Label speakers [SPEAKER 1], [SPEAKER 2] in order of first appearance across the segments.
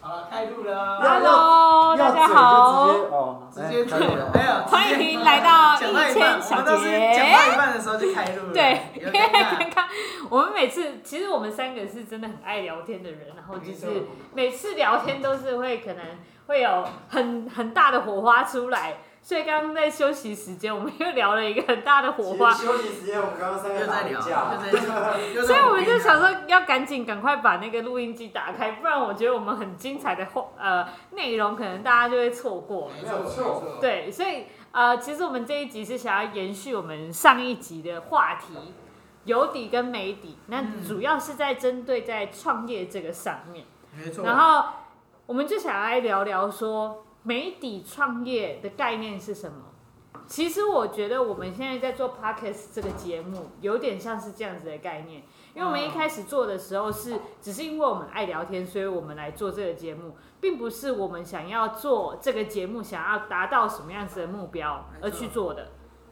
[SPEAKER 1] 好了，开录了，
[SPEAKER 2] 要
[SPEAKER 3] Hello，大
[SPEAKER 2] 嘴就
[SPEAKER 3] 家
[SPEAKER 2] 直
[SPEAKER 3] 好，
[SPEAKER 2] 接哦，
[SPEAKER 1] 直接
[SPEAKER 2] 可以了
[SPEAKER 1] 哎呀，
[SPEAKER 3] 欢迎来到
[SPEAKER 1] 讲到一半，
[SPEAKER 3] 一千
[SPEAKER 1] 我
[SPEAKER 3] 小
[SPEAKER 1] 们都是讲
[SPEAKER 3] 节。
[SPEAKER 1] 到一半的时候就开录了，
[SPEAKER 3] 对，
[SPEAKER 1] 有
[SPEAKER 3] 因为
[SPEAKER 1] 点
[SPEAKER 3] 刚
[SPEAKER 1] 尬
[SPEAKER 3] 刚我们每次，其实我们三个是真的很爱聊天的人，然后就是每次聊天都是会可能会有很很大的火花出来，所以刚刚在休息时间，我们又聊了一个很大的火花
[SPEAKER 2] 其，实休息时间，我们刚刚三
[SPEAKER 1] 又
[SPEAKER 2] 个
[SPEAKER 1] 在
[SPEAKER 2] 打
[SPEAKER 1] 聊，
[SPEAKER 2] 架，
[SPEAKER 1] 又在，又在
[SPEAKER 3] 所以我们就想说要赶紧赶快把那个录音机打开，不然我觉得我们很精彩的话呃内容可能大家就会错过了。
[SPEAKER 1] 没有错，没错，
[SPEAKER 3] 对，所以呃，其实我们这一集是想要延续我们上一集的话题，有底跟没底。那
[SPEAKER 1] 嗯
[SPEAKER 3] 主要是在针对在创业这个上面，
[SPEAKER 1] 没错，
[SPEAKER 3] 然后我们就想来聊聊说没底创业的概念是什么。其实我觉得我们现在在做 podcast 这个节目，有点像是这样子的概念，因为我们一开始做的时候是，只是因为我们爱聊天，所以我们来做这个节目，并不是我们想要做这个节目想要达到什么样子的目标而去做的，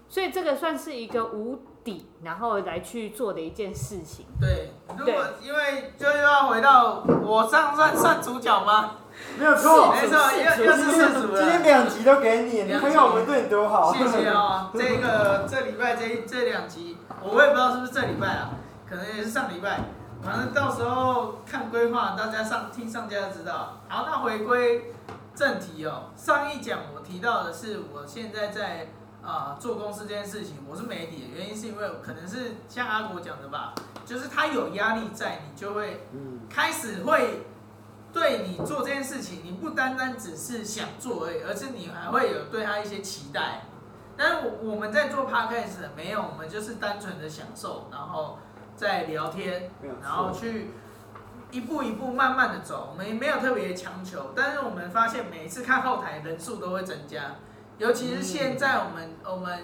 [SPEAKER 3] 所以这个算是一个无底，然后来去做的一件事情。
[SPEAKER 1] 对，如果因为就又要回到我上算算主角吗？
[SPEAKER 2] 没有错。
[SPEAKER 1] 没错，又又是
[SPEAKER 2] 今天
[SPEAKER 1] 四主
[SPEAKER 2] 今天
[SPEAKER 1] 了，
[SPEAKER 2] 两集都给你，你
[SPEAKER 1] 两集
[SPEAKER 2] 看看我们对你多好。
[SPEAKER 1] 谢谢哦。这个这礼拜这这两集，我也不知道是不是这礼拜啊，可能也是上礼拜，反正到时候看规划，大家上听上家就知道。好，那回归正题哦，上一讲我提到的是我现在在啊、做公司这件事情，我是媒体的原因是因为可能是像阿国讲的吧，就是他有压力在，你就会
[SPEAKER 2] 嗯，
[SPEAKER 1] 开始会对你做这件事情，你不单单只是想做而已，而是你还会有对他一些期待。但是我我们在做 podcast 的没有，我们就是单纯的享受，然后在聊天，
[SPEAKER 2] 没有
[SPEAKER 1] 然后
[SPEAKER 2] 错。
[SPEAKER 1] 去一步一步慢慢的走，我们也没有特别强求，但是我们发现每一次看后台人数都会增加，尤其是现在我们、
[SPEAKER 2] 嗯
[SPEAKER 1] 我们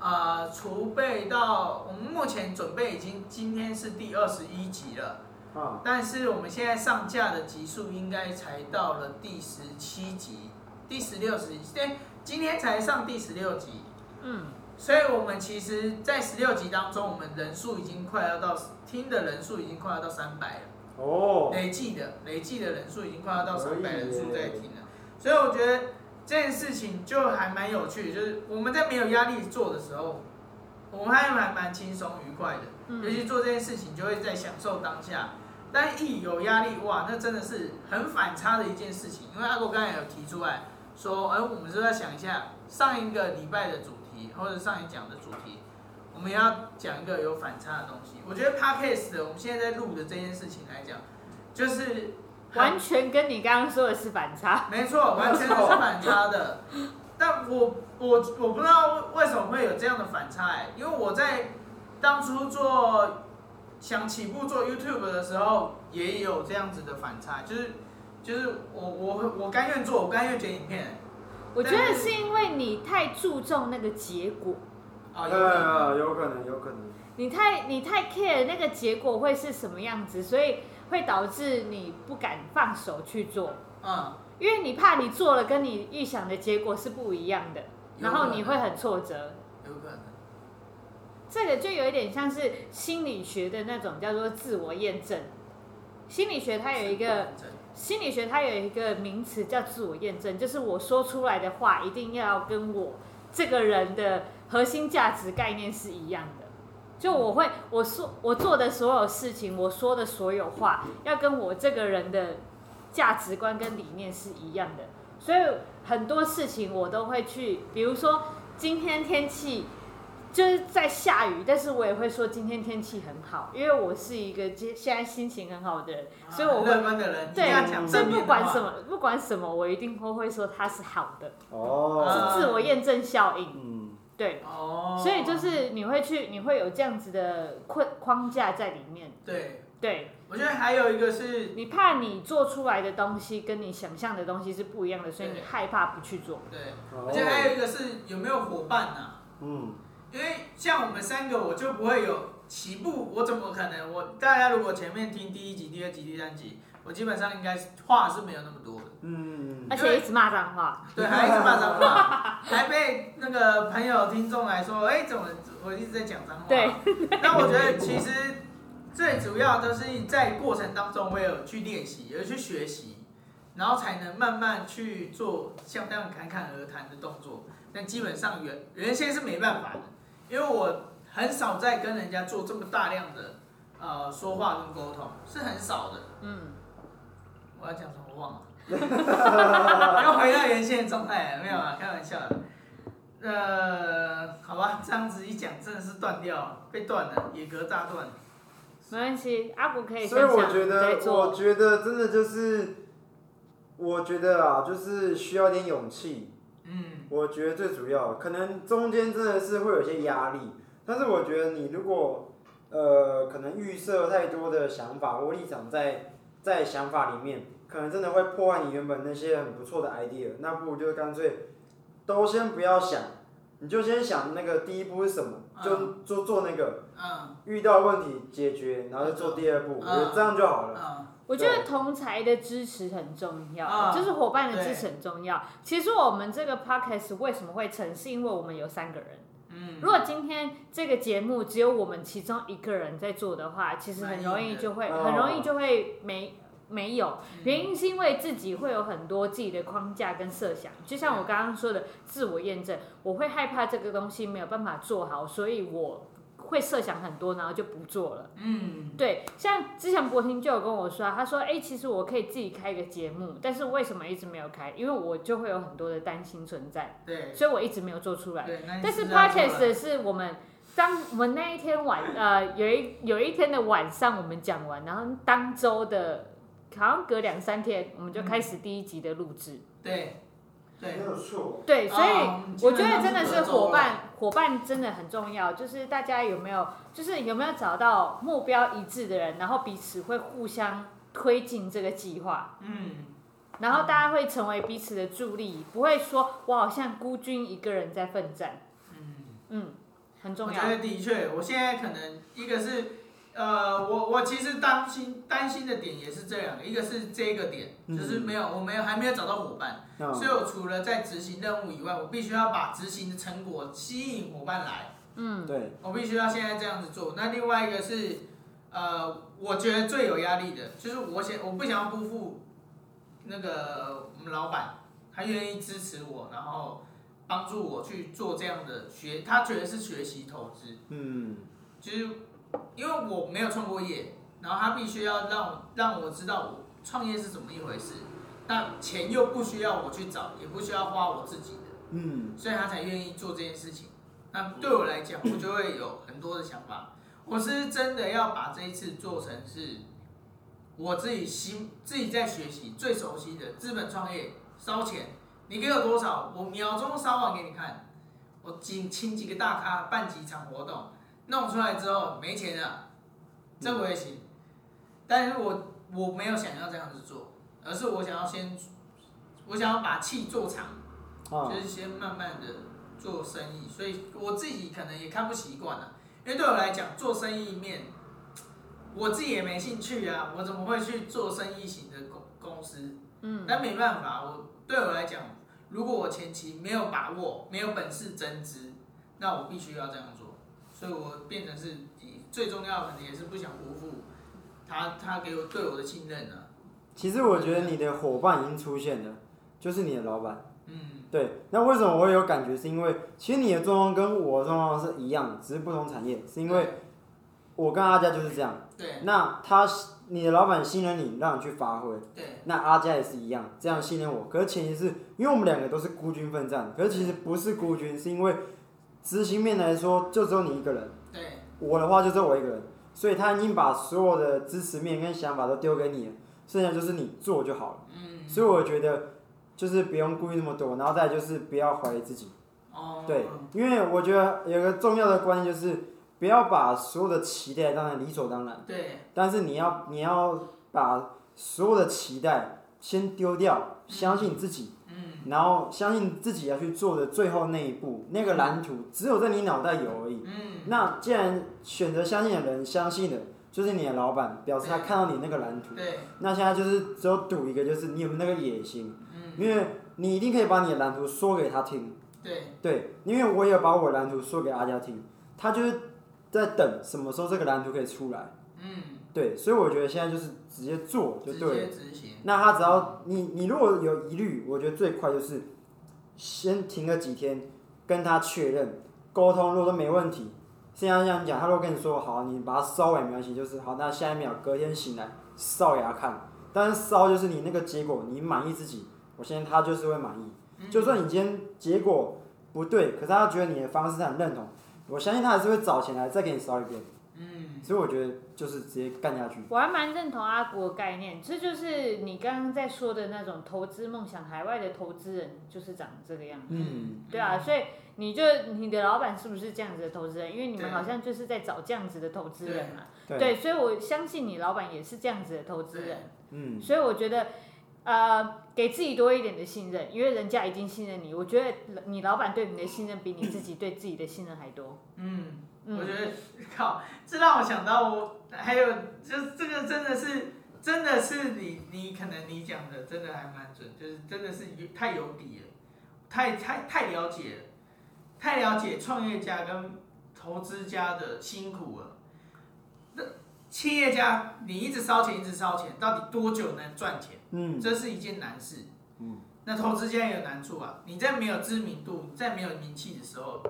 [SPEAKER 1] 啊储备到我们目前准备已经今天是第二十一集了。
[SPEAKER 2] 啊，
[SPEAKER 1] 但是我们现在上架的集数应该才到了第十七集，第十六集，哎，今天才上第十六集，
[SPEAKER 3] 嗯，
[SPEAKER 1] 所以我们其实，在十六集当中，我们人数已经快要到听的人数已经快要到三百了，
[SPEAKER 2] 哦，
[SPEAKER 1] 累计的累计的人数已经快要到
[SPEAKER 2] 可
[SPEAKER 1] 三
[SPEAKER 2] 以
[SPEAKER 1] 百人数
[SPEAKER 2] 耶
[SPEAKER 1] 在听了，所以我觉得这件事情就还蛮有趣，就是我们在没有压力做的时候，我们还蛮蛮轻松愉快的。尤
[SPEAKER 3] 嗯，
[SPEAKER 1] 其做这件事情，就会在享受当下。但一有压力，哇，那真的是很反差的一件事情。因为阿狗刚才有提出来说，哎、我们是不是要想一下上一个礼拜的主题，或者上一讲的主题，我们要讲一个有反差的东西。我觉得 podcast 我们现在在录的这件事情来讲，就是
[SPEAKER 3] 完全跟你刚刚说的是反差。
[SPEAKER 1] 没错，完全是反差的。但我我我不知道为什么会有这样的反差、欸，因为我在当初做想起步做 YouTube 的时候，也有这样子的反差，就是就是我我我甘愿做，我甘愿剪影片、
[SPEAKER 3] 我觉得是因为你太注重那个结果，
[SPEAKER 1] 啊、有可能
[SPEAKER 2] 呃，有可能，有可能。
[SPEAKER 3] 你太你太 care 那个结果会是什么样子，所以会导致你不敢放手去做，
[SPEAKER 1] 嗯，
[SPEAKER 3] 因为你怕你做了跟你预想的结果是不一样的，
[SPEAKER 1] 有
[SPEAKER 3] 然
[SPEAKER 1] 可能
[SPEAKER 3] 后你会很挫折。
[SPEAKER 1] 有可能，
[SPEAKER 3] 这个就有一点像是心理学的那种叫做自我验证。心理学它有一个心理学它有一个名词叫自我验证，就是我说出来的话一定要跟我这个人的核心价值概念是一样的。就我会我说我做的所有事情，我说的所有话，要跟我这个人的价值观跟理念是一样的。所以很多事情我都会去，比如说今天天气就是在下雨，但是我也会说今天天气很好，因为我是一个今现在心情很好的人，所以我
[SPEAKER 1] 啊
[SPEAKER 3] 会
[SPEAKER 1] 乐观的人，
[SPEAKER 3] 对
[SPEAKER 1] 一定要讲
[SPEAKER 2] 嗯
[SPEAKER 3] 这
[SPEAKER 1] 正面的话
[SPEAKER 3] 不管什，么，不管什么，我一定都会说它是好的，
[SPEAKER 1] 啊
[SPEAKER 2] 哦，
[SPEAKER 3] 自我验证效应。
[SPEAKER 2] 嗯，
[SPEAKER 3] 对，
[SPEAKER 1] 哦，
[SPEAKER 3] 所以就是你会去，你会有这样子的框框架在里面。
[SPEAKER 1] 对，
[SPEAKER 3] 对
[SPEAKER 1] 我觉得还有一个是
[SPEAKER 3] 你怕你做出来的东西跟你想象的东西是不一样的，所以你
[SPEAKER 1] 对
[SPEAKER 3] 害怕不去做。
[SPEAKER 1] 对，
[SPEAKER 2] 哦
[SPEAKER 1] 我觉得还有一个是有没有伙伴啊呐、
[SPEAKER 2] 嗯，
[SPEAKER 1] 因为像我们三个，我就不会有起步，我怎么可能？我大家如果前面听第一集、第二集、第三集，我基本上应该是话是没有那么多的，
[SPEAKER 2] 嗯，
[SPEAKER 3] 而且一直骂脏话，
[SPEAKER 1] 对，还一直骂脏话，还被那个朋友听众来说，哎、怎么我一直在讲脏话？
[SPEAKER 3] 对，
[SPEAKER 1] 那我觉得其实最主要都是在过程当中，我有去练习，有去学习，然后才能慢慢去做像这样侃侃而谈的动作。但基本上原原先是没办法的，因为我很少在跟人家做这么大量的呃说话跟沟通，是很少的。
[SPEAKER 3] 嗯，
[SPEAKER 1] 我要讲什么我 忘了，要回到原先的状态，没有啊，开玩笑的。呃，好吧，这样子一讲真的是断掉了，被断了，野格大断。
[SPEAKER 3] 没关系，阿古可以
[SPEAKER 2] 所以
[SPEAKER 3] 分享
[SPEAKER 2] 我觉
[SPEAKER 3] 你在
[SPEAKER 2] 得，我
[SPEAKER 3] 做，
[SPEAKER 2] 觉得真的就是，我觉得啊，就是需要点勇气。
[SPEAKER 1] 嗯，
[SPEAKER 2] 我觉得最主要，可能中间真的是会有些压力，但是我觉得你如果呃，可能预设太多的想法或立场在在想法里面，可能真的会破坏你原本那些很不错的 idea。那不如就干脆都先不要想，你就先想那个第一步是什么，就就做那个。
[SPEAKER 1] 嗯，
[SPEAKER 2] 遇到问题解决，然后就做第二
[SPEAKER 1] 嗯
[SPEAKER 2] 步，我觉得这样就好了。
[SPEAKER 1] 嗯，
[SPEAKER 3] 我觉得同才的支持很重要，
[SPEAKER 1] 啊
[SPEAKER 3] 就是伙伴的支持很重要。其实我们这个 podcast 为什么会成，是因为我们有三个人。
[SPEAKER 1] 嗯，
[SPEAKER 3] 如果今天这个节目只有我们其中一个人在做的话，其实很容易就会
[SPEAKER 2] 嗯
[SPEAKER 3] 很容易就会没没有。
[SPEAKER 1] 嗯
[SPEAKER 3] 原因是因为自己会有很多自己的框架跟设想，就像我刚刚说的自我验证，我会害怕这个东西没有办法做好，所以我会设想很多，然后就不做了。
[SPEAKER 1] 嗯，
[SPEAKER 3] 对，像之前博婷就有跟我说啊，他说：“哎、其实我可以自己开一个节目，但是为什么一直没有开？因为我就会有很多的担心存在，
[SPEAKER 1] 对，
[SPEAKER 3] 所以我一直没有做出来。”
[SPEAKER 1] 对，那你
[SPEAKER 3] 但是
[SPEAKER 1] 不要做
[SPEAKER 3] podcast 是我们当我们那一天晚呃有一有一天的晚上我们讲完，然后当周的好像隔两三天我们就开始第一集的录制。
[SPEAKER 1] 对，对，
[SPEAKER 2] 有错，
[SPEAKER 3] 对，所以
[SPEAKER 1] 啊
[SPEAKER 3] 我觉得真的是伙，
[SPEAKER 1] 嗯
[SPEAKER 3] 伴伙伴真的很重要，就是大家有没有就是有没有找到目标一致的人，然后彼此会互相推进这个计划。
[SPEAKER 1] 基本上是合作了嗯，
[SPEAKER 3] 然后大家会成为彼此的助力，不会说我好像孤军一个人在奋战。
[SPEAKER 1] 嗯
[SPEAKER 3] 嗯，很
[SPEAKER 1] 我
[SPEAKER 3] 重要
[SPEAKER 1] 觉。得的确，我现在可能一个是，呃，我我其实担心担心的点也是这两个，一个是这个点，
[SPEAKER 2] 嗯
[SPEAKER 1] 就是没有我没有还没有找到伙伴，
[SPEAKER 2] 嗯
[SPEAKER 1] 所以我除了在执行任务以外，我必须要把执行的成果吸引伙伴来，
[SPEAKER 3] 嗯，
[SPEAKER 2] 对，
[SPEAKER 1] 我必须要现在这样子做。那另外一个是，呃，我觉得最有压力的就是我想我不想要辜负那个我们老板，他愿意支持我，然后帮助我去做这样的学，他觉得是学习投资，
[SPEAKER 2] 嗯，
[SPEAKER 1] 就是因为我没有创过业，然后他必须要让我让我知道我创业是怎么一回事，那钱又不需要我去找，也不需要花我自己的。
[SPEAKER 2] 嗯，
[SPEAKER 1] 所以他才愿意做这件事情。那对我来讲，我就会有很多的想法。我是真的要把这一次做成是我自己心自己在学习最熟悉的资本创业，烧钱，你给我多少，我秒钟烧完给你看。我请请几个大咖办几场活动，弄出来之后没钱了，这我也行。但是我我没有想要这样子做，而是我想要先，我想要把气做长。
[SPEAKER 2] 啊
[SPEAKER 1] 就，是先慢慢的做生意，所以我自己可能也看不习惯了，因为对我来讲做生意面，我自己也没兴趣啊，我怎么会去做生意型的公公司？
[SPEAKER 3] 嗯，
[SPEAKER 1] 但没办法，我对我来讲，如果我前期没有把握，没有本事增资，那我必须要这样做，所以我变成是最重要的，可能也是不想辜负他他给我对我的信任啊，
[SPEAKER 2] 其实我觉得你的伙伴已经出现了，就是你的老板。
[SPEAKER 1] 嗯
[SPEAKER 2] 对，那为什么我会有感觉？是因为其实你的状况跟我的状况是一样的，只是不同产业。是因为我跟阿佳就是这样，
[SPEAKER 1] 对
[SPEAKER 2] 那他你的老板信任你，让你去发挥。
[SPEAKER 1] 对
[SPEAKER 2] 那阿佳也是一样，这样信任我。可是前提是因为我们两个都是孤军奋战，可是其实不是孤军，是因为执行面来说就只有你一个人，
[SPEAKER 1] 对
[SPEAKER 2] 我的话就只有我一个人，所以他已经把所有的支持面跟想法都丢给你了，剩下就是你做就好了。
[SPEAKER 1] 嗯
[SPEAKER 2] 所以我觉得就是不用顾虑那么多，然后再来就是不要怀疑自己。
[SPEAKER 1] 哦
[SPEAKER 2] 对，因为我觉得有个重要的观念就是，不要把所有的期待当成理所当然，
[SPEAKER 1] 对
[SPEAKER 2] 但是你要你要把所有的期待先丢掉，相信自己，
[SPEAKER 1] 嗯
[SPEAKER 2] 然后相信自己要去做的最后那一步，那个蓝图只有在你脑袋有而已。
[SPEAKER 1] 嗯。
[SPEAKER 2] 那既然选择相信的人相信的，就是你的老板，表示他看到你那个蓝图。
[SPEAKER 1] 对，
[SPEAKER 2] 那现在就是只有赌一个，就是你有没有那个野心，
[SPEAKER 1] 嗯，
[SPEAKER 2] 因为你一定可以把你的蓝图说给他听。
[SPEAKER 1] 对，
[SPEAKER 2] 对，因为我也有把我的蓝图说给阿娇听，他就是在等什么时候这个蓝图可以出来。
[SPEAKER 1] 嗯，
[SPEAKER 2] 对，所以我觉得现在就是直接做就
[SPEAKER 1] 直
[SPEAKER 2] 对了
[SPEAKER 1] 接。执行。
[SPEAKER 2] 那他只要你你如果有疑虑，我觉得最快就是先停个几天，跟他确认沟通，如果都没问题，现在这样讲，他如果跟你说好，你把它烧完没关系，就是好，那下一秒隔天醒来烧给他看，但是烧就是你那个结果你满意自己，我相信他就是会满意。
[SPEAKER 1] 嗯
[SPEAKER 2] 就算你今天结果不对，可是他觉得你的方式他很认同，我相信他还是会找钱来再给你烧一遍。
[SPEAKER 1] 嗯，
[SPEAKER 2] 所以我觉得就是直接干下去。
[SPEAKER 3] 我还蛮认同阿国的概念，这就是你刚刚在说的那种投资梦想，海外的投资人就是长这个样子。
[SPEAKER 2] 嗯，
[SPEAKER 3] 对啊，所以你就你的老板是不是这样子的投资人？因为你们好像就是在找这样子的投资人嘛。
[SPEAKER 2] 对，
[SPEAKER 3] 对，所以我相信你老板也是这样子的投资人。
[SPEAKER 2] 嗯，
[SPEAKER 3] 所以我觉得，呃，给自己多一点的信任，因为人家已经信任你。我觉得你老板对你的信任比你自己对自己的信任还多。
[SPEAKER 1] 嗯，我
[SPEAKER 3] 嗯，
[SPEAKER 1] 觉得靠，这让我想到我还有，就是这个真的是真的是你你可能你讲的真的还蛮准，就是真的是有太有底了，太太太了解了，太了解创业家跟投资家的辛苦了。那企业家你一直烧钱一直烧钱，到底多久能赚钱？
[SPEAKER 2] 嗯，
[SPEAKER 1] 这是一件难事。
[SPEAKER 2] 嗯，
[SPEAKER 1] 那投资现在有难处啊，你在没有知名度、你在没有名气的时候，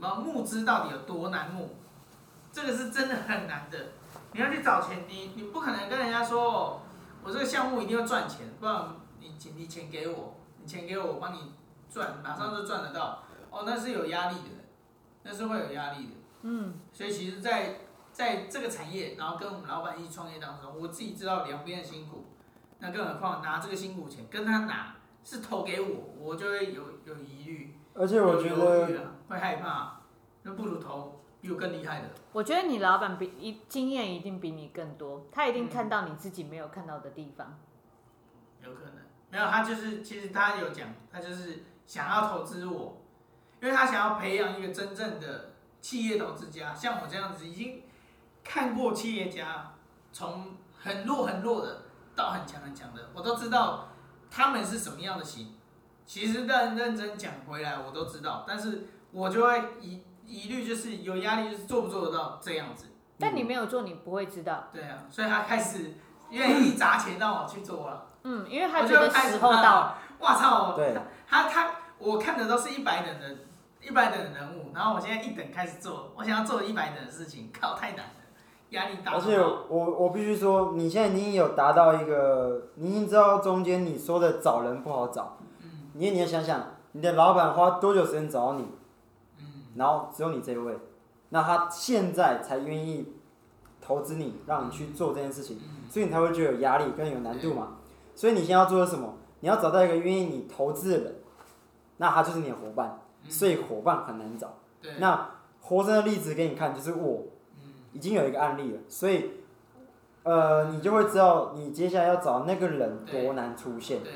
[SPEAKER 1] 那募资到底有多难募？这个是真的很难的。你要去找钱，你你不可能跟人家说，哦我这个项目一定要赚钱，不然你钱你钱给我，你钱给我，我帮你赚，马上就赚得到。哦，那是有压力的，那是会有压力的。
[SPEAKER 3] 嗯，
[SPEAKER 1] 所以其实在，在这个产业，然后跟我们老板一起创业当中，我自己知道两边的辛苦，那更何况拿这个辛苦钱跟他拿是投给我，我就会有有疑虑，
[SPEAKER 2] 而且我
[SPEAKER 1] 有
[SPEAKER 2] 觉
[SPEAKER 1] 犹豫
[SPEAKER 2] 得，嗯
[SPEAKER 1] 了，会害怕，那不如投比我更厉害的。
[SPEAKER 3] 我觉得你老板比一经验一定比你更多，他一定看到你自己没有看到的地方。
[SPEAKER 1] 嗯有可能没有，他就是其实他有讲，他就是想要投资我，因为他想要培养一个真正的企业投资家，像我这样子已经看过企业家从很弱很弱的到很强很强的，我都知道他们是什么样的型。其实认认真讲回来，我都知道，但是我就会疑疑虑，就是有压力，就是做不做得到这样子。
[SPEAKER 3] 但你没有做，你不会知道。
[SPEAKER 1] 对啊，所以他开始愿意砸钱让我去做了。
[SPEAKER 3] 嗯，因为他
[SPEAKER 1] 我
[SPEAKER 3] 觉
[SPEAKER 1] 就
[SPEAKER 3] 得
[SPEAKER 1] 开始
[SPEAKER 3] 时候
[SPEAKER 1] 怕
[SPEAKER 3] 到了。
[SPEAKER 1] 哇操！
[SPEAKER 2] 对，
[SPEAKER 1] 他他我看的都是一百等的，一百等的人物，然后我现在一等开始做，我想要做一百等的事情，靠，太难了，压力大
[SPEAKER 2] 而
[SPEAKER 1] 到爆。
[SPEAKER 2] 且哦我我必须说，你现在已经有达到一个，你已经知道中间你说的找人不好找，
[SPEAKER 1] 嗯
[SPEAKER 2] 你你要想想，你的老板花多久时间找到你，
[SPEAKER 1] 嗯
[SPEAKER 2] 然后只有你这一位，那他现在才愿意投资你，让你去做这件事情，
[SPEAKER 1] 嗯
[SPEAKER 2] 所以你才会觉得有压力跟有难度嘛。所以你现在要做的是什么？你要找到一个愿意你投资的人，那他就是你的伙伴，
[SPEAKER 1] 嗯，
[SPEAKER 2] 所以伙伴很难找。
[SPEAKER 1] 对，
[SPEAKER 2] 那活生的例子给你看，就是我
[SPEAKER 1] 嗯
[SPEAKER 2] 已经有一个案例了，所以呃，你就会知道你接下来要找那个人多难出现。
[SPEAKER 1] 对，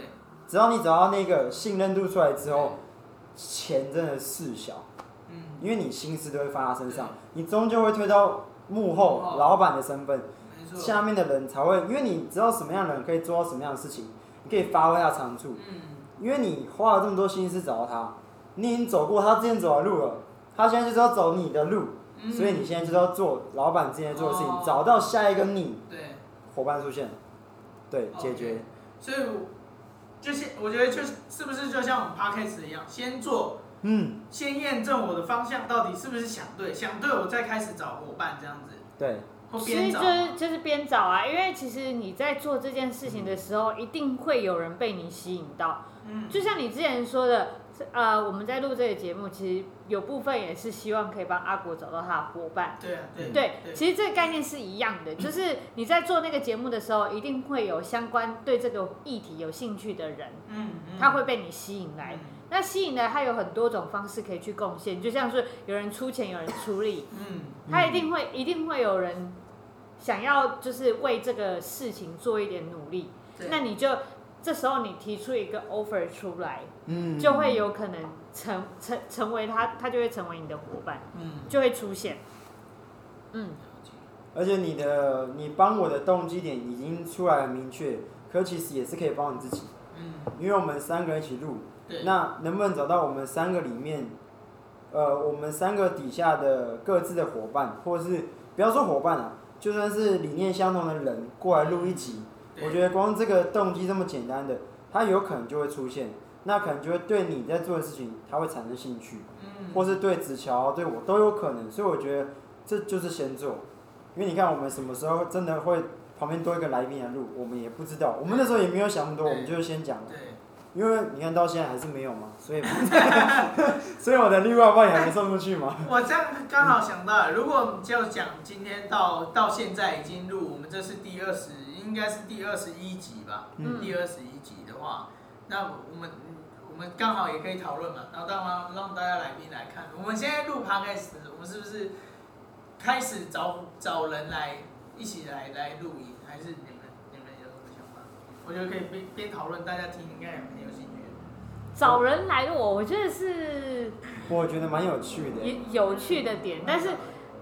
[SPEAKER 2] 只要你找到那个信任度出来之后，钱真的事小，
[SPEAKER 1] 嗯，
[SPEAKER 2] 因为你心思都会放在他身上，你终究会推到幕后
[SPEAKER 1] 幕后
[SPEAKER 2] 老板的身份，
[SPEAKER 1] 没错，
[SPEAKER 2] 下面的人才会，因为你知道什么样的人可以做到什么样的事情，你可以发挥他的长处。
[SPEAKER 1] 嗯，
[SPEAKER 2] 因为你花了这么多心思找到他，你已经走过他之前走的路了，他现在就是要走你的路，
[SPEAKER 1] 嗯
[SPEAKER 2] 所以你现在就是要做老板之前做的事情，
[SPEAKER 1] 哦
[SPEAKER 2] 找到下一个你
[SPEAKER 1] 对，
[SPEAKER 2] 伙伴出现，对，
[SPEAKER 1] OK
[SPEAKER 2] 解决，
[SPEAKER 1] 所以我就是我觉得就是是不是就像我们 podcast 一样，先做，
[SPEAKER 2] 嗯，
[SPEAKER 1] 先验证我的方向到底是不是想对，想对我再开始找伙伴这样子，
[SPEAKER 2] 对，
[SPEAKER 1] 或
[SPEAKER 3] 其实
[SPEAKER 1] 边
[SPEAKER 3] 就
[SPEAKER 1] 找，
[SPEAKER 3] 是就是边找啊，因为其实你在做这件事情的时候，一定会有人被你吸引到。
[SPEAKER 1] 嗯，
[SPEAKER 3] 就像你之前说的，呃，我们在录这个节目，其实有部分也是希望可以帮阿国找到他的伙伴。
[SPEAKER 1] 对啊，对
[SPEAKER 3] 对，
[SPEAKER 1] 对，
[SPEAKER 3] 其实这个概念是一样的，就是你在做那个节目的时候，一定会有相关对这个议题有兴趣的人，
[SPEAKER 1] 嗯，嗯
[SPEAKER 3] 他会被你吸引来。
[SPEAKER 1] 嗯
[SPEAKER 3] 那吸引来，他有很多种方式可以去贡献，就像是有人出钱，有人出力，
[SPEAKER 1] 嗯
[SPEAKER 3] 他一定会一定会有人想要就是为这个事情做一点努力，
[SPEAKER 1] 对
[SPEAKER 3] 那你就这时候你提出一个 offer 出来，
[SPEAKER 2] 嗯，
[SPEAKER 3] 就会有可能成成成为他，他就会成为你的伙伴，
[SPEAKER 1] 嗯，
[SPEAKER 3] 就会出现。嗯，
[SPEAKER 2] 而且你的你帮我的动机点已经出来很明确，可其实也是可以帮你自己，
[SPEAKER 1] 嗯，
[SPEAKER 2] 因为我们三个人一起录，
[SPEAKER 1] 对，
[SPEAKER 2] 那能不能找到我们三个里面，呃，我们三个底下的各自的伙伴，或者是不要说伙伴了、就算是理念相同的人过来录一集，
[SPEAKER 1] 嗯
[SPEAKER 2] 我觉得光这个动机这么简单的，它有可能就会出现，那可能就会对你在做的事情，它会产生兴趣，
[SPEAKER 1] 嗯，
[SPEAKER 2] 或是对子乔对我都有可能，所以我觉得这就是先做，因为你看我们什么时候真的会旁边多一个来宾来录，我们也不知道，我们那时候也没有想那么多，我们就先讲了，
[SPEAKER 1] 对，
[SPEAKER 2] 因为你看到现在还是没有嘛，所以 所以我的另外一半也还没送出去嘛，
[SPEAKER 1] 我这样刚好想到，如果你就讲今天到到现在已经录，我们这是第二十，应该是第二十一集吧，
[SPEAKER 3] 嗯
[SPEAKER 1] 第二十一集的话，那我们我们刚好也可以讨论嘛，然后当然让大家来宾来看，我们现在录 podcast，我们是不是开始找找人来一起来来录影，还是你们你们有什么想法？我觉得可以边边讨论，大家听应该也很有兴趣。
[SPEAKER 3] 找人来我，我觉得是
[SPEAKER 2] 我觉得蛮有趣的。
[SPEAKER 3] 有有趣的点，但是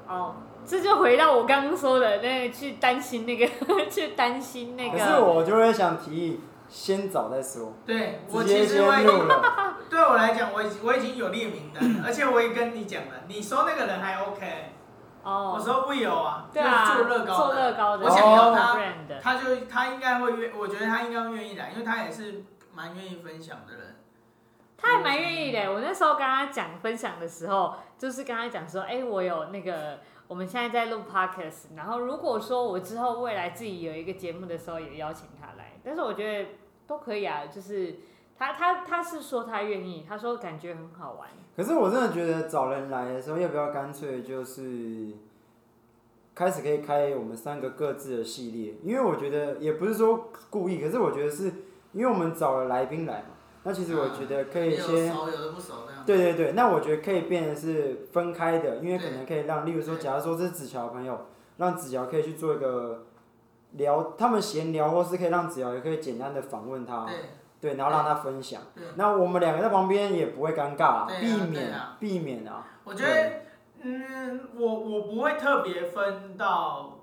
[SPEAKER 3] 哦，这就回到我刚刚说的那个去担心那个， 去担心那
[SPEAKER 2] 可是
[SPEAKER 3] 个，
[SPEAKER 2] 我就会想提议，先找再说，
[SPEAKER 1] 对我
[SPEAKER 2] 直
[SPEAKER 1] 其
[SPEAKER 2] 接
[SPEAKER 1] 实我
[SPEAKER 2] 先
[SPEAKER 1] 已
[SPEAKER 2] 录
[SPEAKER 1] 经
[SPEAKER 2] 了。
[SPEAKER 1] 对我来讲，我已经我已经有列名单
[SPEAKER 3] 嗯
[SPEAKER 1] 了，而且我也跟你讲了，你说那个人还 OK，、我
[SPEAKER 3] 哦，
[SPEAKER 1] 说不有啊，
[SPEAKER 3] 对啊，
[SPEAKER 1] 就是做乐高
[SPEAKER 3] 做乐高的，
[SPEAKER 1] 我想要
[SPEAKER 3] 哦
[SPEAKER 1] 他，
[SPEAKER 3] brand 的，
[SPEAKER 1] 他就他应该会愿，我觉得他应该会愿意来，因为他也是蛮愿意分享的人。
[SPEAKER 3] 他还蛮愿意的。我那时候跟他讲分享的时候，就是跟他讲说，哎、我有那个，我们现在在录 podcast，然后如果说我之后未来自己有一个节目的时候，也邀请他来。但是我觉得都可以啊，就是他他他是说他愿意，他说感觉很好玩。
[SPEAKER 2] 可是我真的觉得找人来的时候，要不要干脆就是开始可以开我们三个各自的系列？因为我觉得也不是说故意，可是我觉得是因为我们找了来宾来嘛。那其实我觉得可以啊
[SPEAKER 1] 有的
[SPEAKER 2] 先，
[SPEAKER 1] 熟，有的不熟这样。
[SPEAKER 2] 对对对，那我觉得可以变得是分开的，因为可
[SPEAKER 1] 对
[SPEAKER 2] 能可以让，例如说，
[SPEAKER 1] 对
[SPEAKER 2] 假如说这是子乔的朋友，让子乔可以去做一个聊，他们闲聊，或是可以让子乔也可以简单的访问他。
[SPEAKER 1] 对
[SPEAKER 2] 对，然后让他分享
[SPEAKER 1] 对。
[SPEAKER 2] 那我们两个在旁边也不会尴尬啊
[SPEAKER 1] 对，啊
[SPEAKER 2] 避
[SPEAKER 1] 对
[SPEAKER 2] 免
[SPEAKER 1] 啊
[SPEAKER 2] 避免啊。
[SPEAKER 1] 我觉得，嗯，我我不会特别分到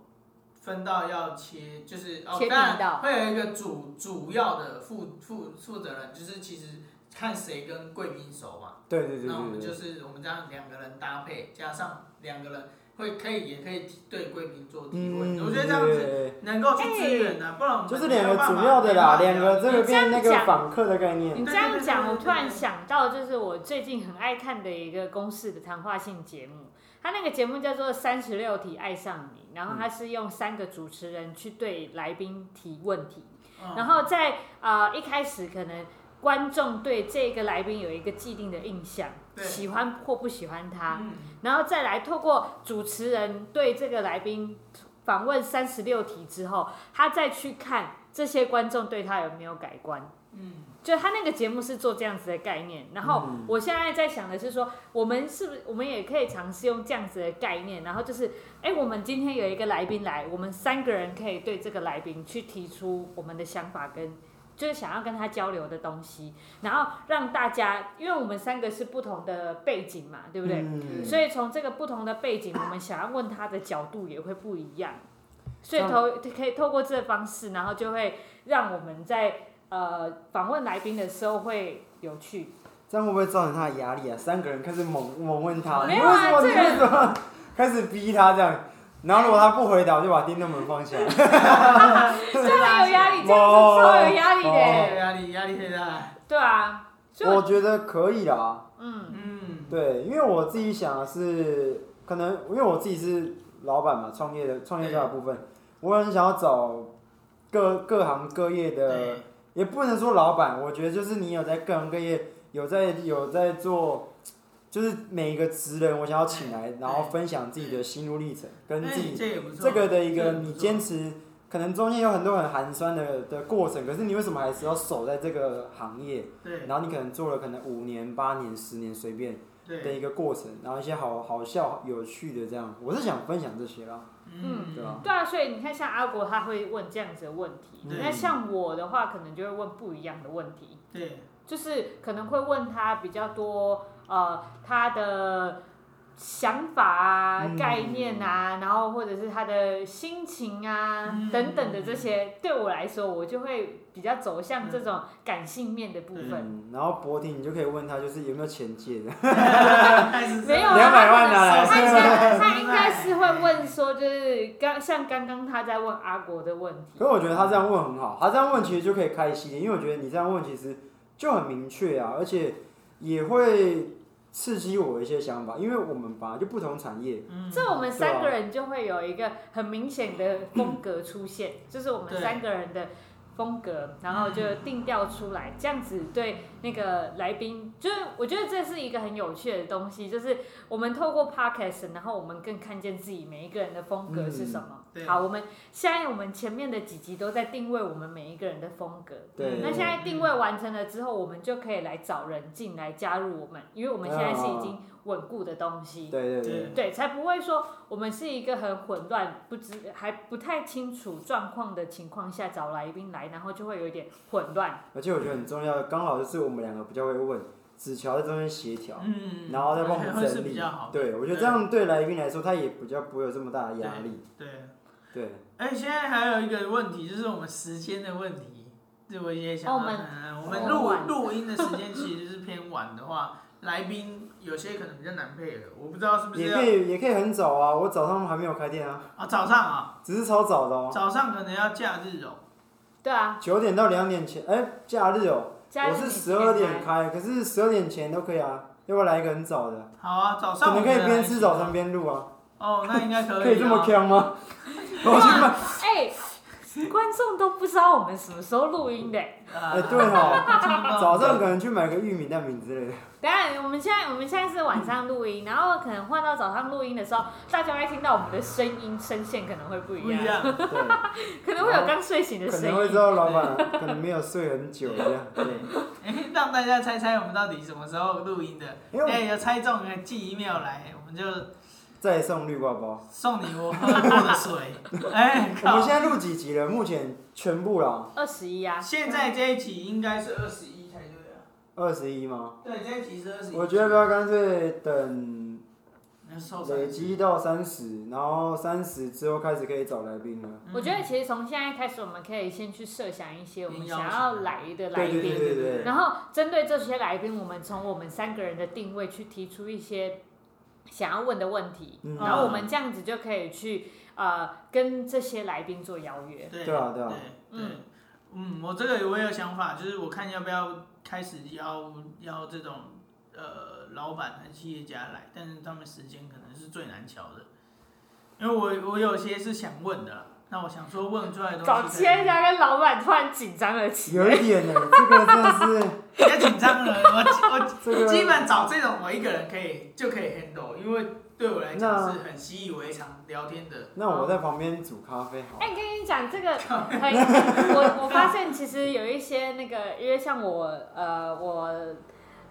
[SPEAKER 1] 分到要切，就是哦
[SPEAKER 3] 切，频
[SPEAKER 1] 当
[SPEAKER 3] 道
[SPEAKER 1] 然会有一个主主要的负负负责人，就是其实看谁跟贵宾熟嘛。
[SPEAKER 2] 对对对
[SPEAKER 1] 那我们
[SPEAKER 2] 对
[SPEAKER 1] 就
[SPEAKER 2] 对。
[SPEAKER 1] 是我们这样两个人搭配，加上两个人会可以也可以提对贵宾做提问，
[SPEAKER 2] 嗯，
[SPEAKER 1] 我觉得这样子
[SPEAKER 2] 子
[SPEAKER 1] 能够去支援啊的，不然我们
[SPEAKER 2] 就是
[SPEAKER 1] 没有
[SPEAKER 2] 两个
[SPEAKER 1] 办法
[SPEAKER 2] 主要的啦，
[SPEAKER 1] 没
[SPEAKER 2] 两
[SPEAKER 1] 办法
[SPEAKER 2] 个这
[SPEAKER 3] 你
[SPEAKER 2] 个
[SPEAKER 3] 这样
[SPEAKER 2] 变那个
[SPEAKER 3] 讲
[SPEAKER 2] 访客的概念。
[SPEAKER 3] 你这样讲，
[SPEAKER 1] 对对对对对
[SPEAKER 3] 我突然想到，就是我最近很爱看的一个公式的谈话性节目，它那个节目叫做《三十六题爱上你》，然后它是用三个主持人去对来宾提问题，
[SPEAKER 1] 嗯
[SPEAKER 3] 然后在啊、呃一开始可能观众对这个来宾有一个既定的印象，
[SPEAKER 1] 对
[SPEAKER 3] 喜欢或不喜欢他，
[SPEAKER 1] 嗯
[SPEAKER 3] 然后再来透过主持人对这个来宾访问三十六题之后，他再去看这些观众对他有没有改观。
[SPEAKER 1] 嗯
[SPEAKER 3] 就他那个节目是做这样子的概念，然后
[SPEAKER 2] 嗯
[SPEAKER 3] 我现在在想的是说，我们是不是我们也可以尝试用这样子的概念，然后就是，哎，我们今天有一个来宾来，我们三个人可以对这个来宾去提出我们的想法跟就是想要跟他交流的东西，然后让大家，因为我们三个是不同的背景嘛，对不对？
[SPEAKER 2] 嗯
[SPEAKER 3] 所以从这个不同的背景，我们想要问他的角度也会不一样，所以
[SPEAKER 2] 像
[SPEAKER 3] 透可以透过这方式，然后就会让我们在呃访问来宾的时候会有趣。
[SPEAKER 2] 这样会不会造成他的压力啊？三个人开始猛猛问他，
[SPEAKER 3] 没
[SPEAKER 2] 你
[SPEAKER 3] 有
[SPEAKER 2] 为
[SPEAKER 3] 啊
[SPEAKER 2] 什么你
[SPEAKER 3] 这个
[SPEAKER 2] 为什么开始逼他这样？然后如果他不回答，我就把电动门放下。
[SPEAKER 3] 这样有压力，这样是超有压力的、
[SPEAKER 1] 对哎压力压力很大，
[SPEAKER 3] 对啊，所以
[SPEAKER 2] 我
[SPEAKER 3] 我
[SPEAKER 2] 觉得可以啦。
[SPEAKER 3] 嗯
[SPEAKER 1] 嗯
[SPEAKER 2] 对，因为我自己想的是，可能因为我自己是老板嘛，创业的创业家的部分，我很想要找各各行各业的，
[SPEAKER 1] 对
[SPEAKER 2] 也不能说老板，我觉得就是你有在各行各业有在有在做，就是每一个职人，我想要请来，然后分享自己的心路历程跟自
[SPEAKER 1] 哎
[SPEAKER 2] 己
[SPEAKER 1] 这也不错，
[SPEAKER 2] 这个的一
[SPEAKER 1] 这
[SPEAKER 2] 个
[SPEAKER 1] 也不错
[SPEAKER 2] 你坚持，可能中间有很多很寒酸的的过程，可是你为什么还是要守在这个行业？
[SPEAKER 1] 对
[SPEAKER 2] 然后你可能做了可能五年、八年、十年，随便。的
[SPEAKER 1] 对
[SPEAKER 2] 一个过程，然后一些好好笑、有趣的这样，我是想分享这些啦。
[SPEAKER 1] 嗯
[SPEAKER 2] 对啊
[SPEAKER 3] 对啊，所以你看像阿国他会问这样子的问题，
[SPEAKER 1] 对
[SPEAKER 3] 那像我的话可能就会问不一样的问题。
[SPEAKER 1] 对
[SPEAKER 3] 就是可能会问他比较多，呃，他的想法啊、
[SPEAKER 2] 嗯
[SPEAKER 3] 概念啊，然后或者是他的心情啊、
[SPEAKER 1] 嗯
[SPEAKER 3] 等等的这些，对我来说，我就会比较走向这种感性面的部分。
[SPEAKER 2] 嗯，然后博婷你就可以问他，就是有没有钱借的，
[SPEAKER 1] 开始
[SPEAKER 3] 没有啊，
[SPEAKER 2] 200万拿来
[SPEAKER 3] 他应该他应该
[SPEAKER 1] 哎
[SPEAKER 3] 是会问说，就是刚像刚刚他在问阿国的问题
[SPEAKER 2] 可是，我觉得他这样问很好，他这样问其实就可以开心，因为我觉得你这样问其实就很明确啊，而且也会刺激我一些想法，因为我们本来就不同产业，
[SPEAKER 3] 这我们
[SPEAKER 2] 对啊
[SPEAKER 3] 三个人就会有一个很明显的风格出现，就是我们
[SPEAKER 1] 对
[SPEAKER 3] 三个人的风格，然后就定调出来，这样子对那个来宾，就是我觉得这是一个很有趣的东西，就是我们透过 podcast，然后我们更看见自己每一个人的风格是什么。
[SPEAKER 1] 对
[SPEAKER 3] 好，我们现在我们前面的几集都在定位我们每一个人的风格。
[SPEAKER 2] 对，
[SPEAKER 3] 嗯那现在定位完成了之后，我们就可以来找人进来加入我们，因为我们现在是已经稳固的东西。
[SPEAKER 2] 对对对，
[SPEAKER 1] 对
[SPEAKER 3] 对，才不会说我们是一个很混乱、不知还不太清楚状况的情况下找来宾来，然后就会有一点混乱。
[SPEAKER 2] 而且我觉得很重要，刚好就是我们两个比较会问，子乔在中间协调，
[SPEAKER 1] 嗯，
[SPEAKER 2] 然后再帮我
[SPEAKER 1] 会
[SPEAKER 2] 们
[SPEAKER 1] 是
[SPEAKER 2] 整
[SPEAKER 1] 比
[SPEAKER 2] 理
[SPEAKER 1] 较好，，
[SPEAKER 2] 对我觉得这样对来宾来说，他也比较不会有这么大的压力，
[SPEAKER 1] 对。
[SPEAKER 2] 对，
[SPEAKER 1] 哎，现在还有一个问题，就是我们时间的问题，这我也想
[SPEAKER 3] 哦
[SPEAKER 1] 到。
[SPEAKER 3] 我们
[SPEAKER 1] 嗯我
[SPEAKER 2] 哦
[SPEAKER 1] 们录
[SPEAKER 3] 晚
[SPEAKER 1] 录音的时间其实就是偏晚的话， 来宾有些可能比较难配合，我不知道是不是
[SPEAKER 2] 也
[SPEAKER 1] 要
[SPEAKER 2] 可以也可以很早啊，我早上还没有开店啊，
[SPEAKER 1] 啊早上啊，
[SPEAKER 2] 只是超早的哦，
[SPEAKER 1] 早上可能要假日哦。
[SPEAKER 3] 对啊，
[SPEAKER 2] 九点到两点前，哎、假日哦、
[SPEAKER 3] 加
[SPEAKER 2] 我
[SPEAKER 3] 入
[SPEAKER 2] 是
[SPEAKER 3] 你
[SPEAKER 2] 十二点
[SPEAKER 3] 前来
[SPEAKER 2] 开，可是十二点前都可以啊，要不要来一个很早的？
[SPEAKER 1] 好啊，早上
[SPEAKER 2] 可能可
[SPEAKER 1] 我
[SPEAKER 2] 以
[SPEAKER 1] 们
[SPEAKER 2] 边
[SPEAKER 1] 来
[SPEAKER 2] 吃
[SPEAKER 1] 一
[SPEAKER 2] 早
[SPEAKER 1] 起
[SPEAKER 2] 餐边录啊，
[SPEAKER 1] 哦，那应该可以、哦。
[SPEAKER 2] 可以这么强吗？我去买，
[SPEAKER 3] 哎、观众都不知道我们什么时候录音的、
[SPEAKER 1] 啊
[SPEAKER 2] 哎、 对哦，早
[SPEAKER 1] 早
[SPEAKER 2] 上可能去买个玉米蛋饼之类的，
[SPEAKER 3] 当然，我们现在我们现在是晚上录音，然后可能换到早上录音的时候，大家会听到我们的声音声线可能会不一
[SPEAKER 1] 不一样，
[SPEAKER 3] 样，
[SPEAKER 2] 对，
[SPEAKER 3] 可能会有刚睡醒的
[SPEAKER 2] 可
[SPEAKER 3] 声
[SPEAKER 2] 能会知
[SPEAKER 3] 音。
[SPEAKER 2] 道老板啊可能没有睡很久这样，对，
[SPEAKER 1] 哎、让大家猜猜我们到底什么时候录音的。
[SPEAKER 2] 因为我
[SPEAKER 1] 哎、有猜中的寄 email 来，我们就
[SPEAKER 2] 再送绿包包。
[SPEAKER 1] 送你我喝过的水。 哎、
[SPEAKER 2] 我
[SPEAKER 1] 靠
[SPEAKER 2] 们现！在录几集了？目前全部啦，
[SPEAKER 3] 二十一啊，
[SPEAKER 1] 现在这一集应该是二十一才对啊。
[SPEAKER 2] 二十一吗？
[SPEAKER 1] 对，这一集是二十一。
[SPEAKER 2] 我觉得要不要干脆等
[SPEAKER 1] 那受伤
[SPEAKER 2] 累积到三十，然后三十之后开始可以找来宾了。
[SPEAKER 3] 我觉得
[SPEAKER 1] 嗯
[SPEAKER 3] 其实从现在开始，我们可以先去设想一些我们想要来的来
[SPEAKER 2] 对对对
[SPEAKER 3] 宾，
[SPEAKER 2] 对对。
[SPEAKER 3] 然后针对这些来宾，我们从我们三个人的定位去提出一些想要问的问题，
[SPEAKER 2] 嗯
[SPEAKER 3] 然后我们这样子就可以去呃跟这些来宾做邀约。
[SPEAKER 1] 对
[SPEAKER 2] 对啊对啊
[SPEAKER 1] 对对嗯，我这个我也有想法，就是我看要不要开始邀邀这种呃老板和企业家来，但是他们时间可能是最难瞧的，因为我我有些是想问的啦，那我想说问出
[SPEAKER 2] 嗯
[SPEAKER 1] 来的
[SPEAKER 3] 找
[SPEAKER 1] 东西
[SPEAKER 3] 企
[SPEAKER 1] 可
[SPEAKER 3] 业
[SPEAKER 1] 以，
[SPEAKER 3] 家跟老板突然紧张了起
[SPEAKER 2] 有
[SPEAKER 3] 来，
[SPEAKER 2] 一点呢、这个真的 是
[SPEAKER 1] 别紧张了，我
[SPEAKER 2] 这
[SPEAKER 1] 我基
[SPEAKER 2] 个，
[SPEAKER 1] 本找这种我一个人可以就可以 handle，因为对我来讲是很习以为常聊天的，
[SPEAKER 2] 那我在旁边煮咖啡好了。
[SPEAKER 3] 哎、跟你讲这个很，我我发现其实有一些那个，因为像我呃我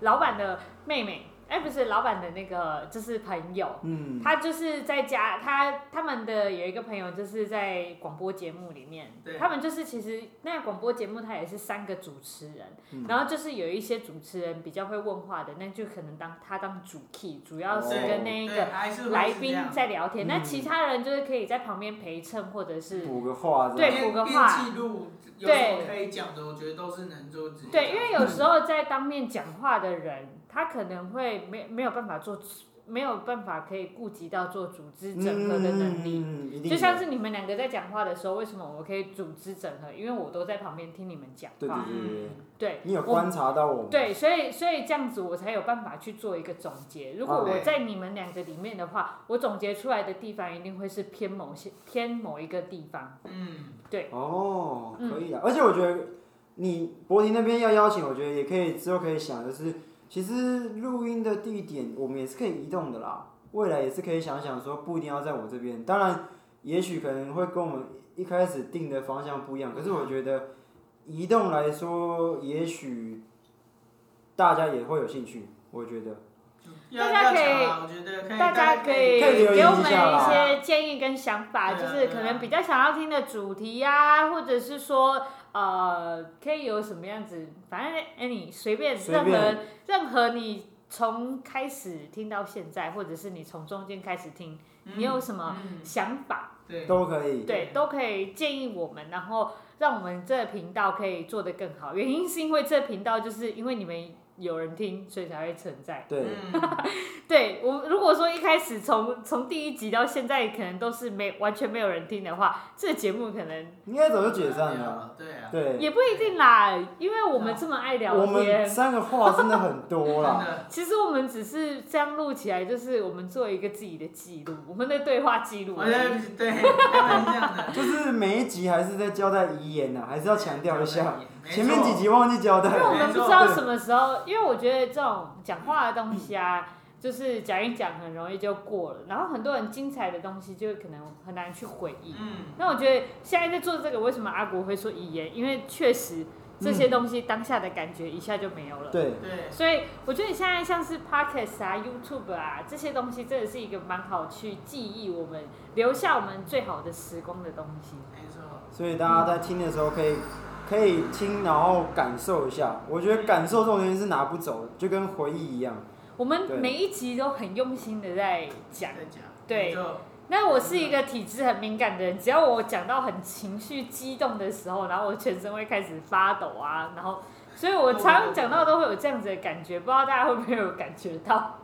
[SPEAKER 3] 老板的妹妹，哎、不是老板的那个就是朋友，
[SPEAKER 2] 嗯，
[SPEAKER 3] 他就是在家，他他们的有一个朋友就是在广播节目里面
[SPEAKER 1] 对，
[SPEAKER 3] 他们就是其实那个广播节目它也是三个主持人，
[SPEAKER 2] 嗯
[SPEAKER 3] 然后就是有一些主持人比较会问话的，那就可能当他当主 key，主要是
[SPEAKER 2] 哦
[SPEAKER 3] 跟那一
[SPEAKER 1] 对，
[SPEAKER 3] 个
[SPEAKER 1] 还是会是
[SPEAKER 3] 来
[SPEAKER 1] 这
[SPEAKER 3] 宾
[SPEAKER 1] 样
[SPEAKER 3] 在聊天，
[SPEAKER 2] 嗯
[SPEAKER 3] 那其他人就是可以在旁边陪衬或者是。
[SPEAKER 2] 补个话这
[SPEAKER 3] 对
[SPEAKER 2] 样。
[SPEAKER 1] 边
[SPEAKER 3] 补个
[SPEAKER 1] 边
[SPEAKER 3] 话
[SPEAKER 1] 记录有
[SPEAKER 3] 对
[SPEAKER 1] 什么可以讲的，我觉得都是能做直接
[SPEAKER 3] 对，因
[SPEAKER 1] 讲
[SPEAKER 3] 为
[SPEAKER 2] 嗯
[SPEAKER 3] 有时候在当面讲话的人，他可能会没没有办法做，没有办法可以顾及到做组织整合的能力。
[SPEAKER 2] 嗯，一定的
[SPEAKER 3] 就像是你们两个在讲话的时候，为什么我可以组织整合？因为我都在旁边听你们讲
[SPEAKER 2] 对对
[SPEAKER 3] 话。
[SPEAKER 2] 对对，
[SPEAKER 3] 对
[SPEAKER 2] 你有观察到我们？
[SPEAKER 3] 对，所以所以这样子我才有办法去做一个总结。如果
[SPEAKER 2] 哦
[SPEAKER 3] 我
[SPEAKER 1] 对
[SPEAKER 3] 在你们两个里面的话，我总结出来的地方一定会是偏某些偏某一个地方。
[SPEAKER 1] 嗯，
[SPEAKER 2] 哦，
[SPEAKER 3] 嗯
[SPEAKER 2] 可以啊，而且我觉得你柏林那边要邀请，我觉得也可以之后可以想，就是其实录音的地点我们也是可以移动的啦，未来也是可以想想说不一定要在我这边，当然也许可能会跟我们一开始定的方向不一样，可是我觉得移动来说，也许大家也会有兴趣，我觉得
[SPEAKER 1] 要
[SPEAKER 3] 大家可以
[SPEAKER 1] 要讲啊我觉得可以，
[SPEAKER 3] 大家可以嗯
[SPEAKER 2] 可以留言
[SPEAKER 3] 给我们
[SPEAKER 2] 一下啦
[SPEAKER 3] 一些建议跟想法，
[SPEAKER 1] 对
[SPEAKER 3] 就
[SPEAKER 1] 啊
[SPEAKER 3] 是可能比较想要听的主题啊，或者是说呃，可以有什么样子，反正哎、你随便
[SPEAKER 2] 随
[SPEAKER 3] 任
[SPEAKER 2] 便
[SPEAKER 3] 何任何你从开始听到现在，或者是你从中间开始听，
[SPEAKER 1] 嗯
[SPEAKER 3] 你有什么
[SPEAKER 1] 嗯
[SPEAKER 3] 想法，
[SPEAKER 1] 对，
[SPEAKER 2] 都可以。
[SPEAKER 3] 对，都可以建议我们，然后让我们这个频道可以做得更好。原因是因为这频道就是因为你们有人听，所以才会存在。
[SPEAKER 2] 对，
[SPEAKER 1] 嗯
[SPEAKER 3] 对我如果说一开始从从第一集到现在，可能都是没完全没有人听的话，这个节目可能
[SPEAKER 2] 应该早就解散了。，
[SPEAKER 1] 对啊，
[SPEAKER 2] 对，
[SPEAKER 3] 也不一定啦，因为我们这么爱
[SPEAKER 2] 我
[SPEAKER 3] 聊
[SPEAKER 2] 们
[SPEAKER 3] 天。
[SPEAKER 2] 三个话真的很多
[SPEAKER 1] 真
[SPEAKER 2] 啦。
[SPEAKER 1] 的，
[SPEAKER 3] 其实我们只是这样录起来，就是我们做一个自己的记录，我们的对话记录
[SPEAKER 1] 我。
[SPEAKER 2] 哎
[SPEAKER 1] 觉得对，当然是这样的，
[SPEAKER 2] 就是每 一集还是在交代遗言呐、啊还是要强调一下。
[SPEAKER 1] 没错，
[SPEAKER 2] 前面几集忘记交代
[SPEAKER 3] 因为我
[SPEAKER 2] 了。
[SPEAKER 3] 们不知道什么时候，因为我觉得这种讲话的东西啊，就是讲一讲很容易就过了，然后很多很精彩的东西就可能很难去回忆。
[SPEAKER 1] 嗯，
[SPEAKER 3] 那我觉得现在在做这个，为什么阿国会说遗言？因为确实这些东西当下的感觉一下就没有了。
[SPEAKER 2] 对，
[SPEAKER 1] 对，
[SPEAKER 3] 所以我觉得现在像是 podcast 啊、YouTube 啊这些东西，真的是一个蛮好去记忆我们、留下我们最好的时光的东西。
[SPEAKER 1] 没错，
[SPEAKER 2] 所以大家在听的时候可以可以听，然后感受一下。我觉得感受这种东西是拿不走的，就跟回忆一样。
[SPEAKER 3] 我们
[SPEAKER 2] 对
[SPEAKER 3] 每一集都很用心的在讲。
[SPEAKER 1] 再讲，
[SPEAKER 3] 对
[SPEAKER 1] 没错
[SPEAKER 3] 那我是一个体质很敏感的人，只要我讲到很情绪激动的时候，然后我全身会开始发抖啊，然后，所以我常常讲到都会有这样子的感觉，不知道大家会不会有感觉到？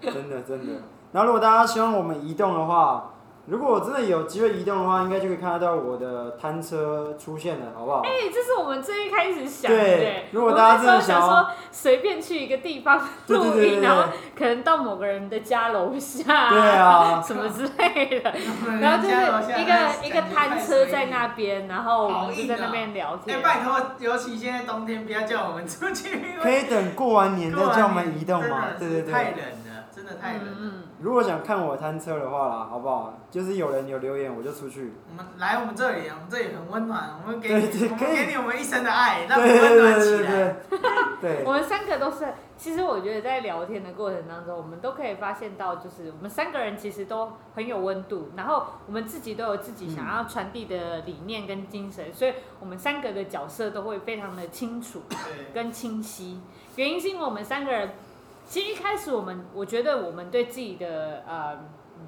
[SPEAKER 2] 真的真的。然后如果大家希望我们移动的话，如果我真的有机会移动的话，应该就可以看得到我的摊车出现了，好不好？
[SPEAKER 3] 哎、这是我们最一开始想的、
[SPEAKER 2] 对如果
[SPEAKER 3] 我
[SPEAKER 2] 大家
[SPEAKER 3] 那
[SPEAKER 2] 真
[SPEAKER 3] 时
[SPEAKER 2] 的想
[SPEAKER 3] 候想
[SPEAKER 2] 要
[SPEAKER 3] 说随便去一个地方
[SPEAKER 2] 对对
[SPEAKER 3] 录
[SPEAKER 2] 对对
[SPEAKER 3] 音，然后
[SPEAKER 2] 对，
[SPEAKER 3] 可能到某个人的家楼下，
[SPEAKER 2] 对啊，
[SPEAKER 3] 什么之类的，然
[SPEAKER 1] 然
[SPEAKER 3] 后就是一个一个摊车在那边，然后我们就在那边聊
[SPEAKER 1] 哎、
[SPEAKER 3] 天。
[SPEAKER 1] 拜托，尤其现在冬天，不要叫我们出去， 因为
[SPEAKER 2] 可以等过完年再叫我们移动嘛？
[SPEAKER 1] 真
[SPEAKER 2] 对
[SPEAKER 1] 的
[SPEAKER 2] 对
[SPEAKER 1] 是太
[SPEAKER 2] 对。
[SPEAKER 1] 冷了，真的太冷了。
[SPEAKER 3] 嗯嗯，
[SPEAKER 2] 如果想看我摊车的话啦，好不好？就是有人有留言，我就出去。
[SPEAKER 1] 我们来我们这里，我们这里很温暖，我们给
[SPEAKER 2] 对
[SPEAKER 1] 你，
[SPEAKER 2] 对
[SPEAKER 1] 我
[SPEAKER 2] 可
[SPEAKER 1] 们
[SPEAKER 2] 以
[SPEAKER 1] 给你我们一生的爱，
[SPEAKER 2] 对
[SPEAKER 1] 让你
[SPEAKER 2] 对
[SPEAKER 1] 温暖
[SPEAKER 2] 对
[SPEAKER 1] 起
[SPEAKER 2] 对
[SPEAKER 1] 来。
[SPEAKER 2] 对对，
[SPEAKER 3] 我们三个都是，其实我觉得在聊天的过程当中，我们都可以发现到，就是我们三个人其实都很有温度，然后我们自己都有自己
[SPEAKER 2] 嗯
[SPEAKER 3] 想要传递的理念跟精神，所以我们三个的角色都会非常的清楚。
[SPEAKER 1] 对，
[SPEAKER 3] 跟清晰。原因是因为我们三个人，其实一开始我们我觉得我们对自己的呃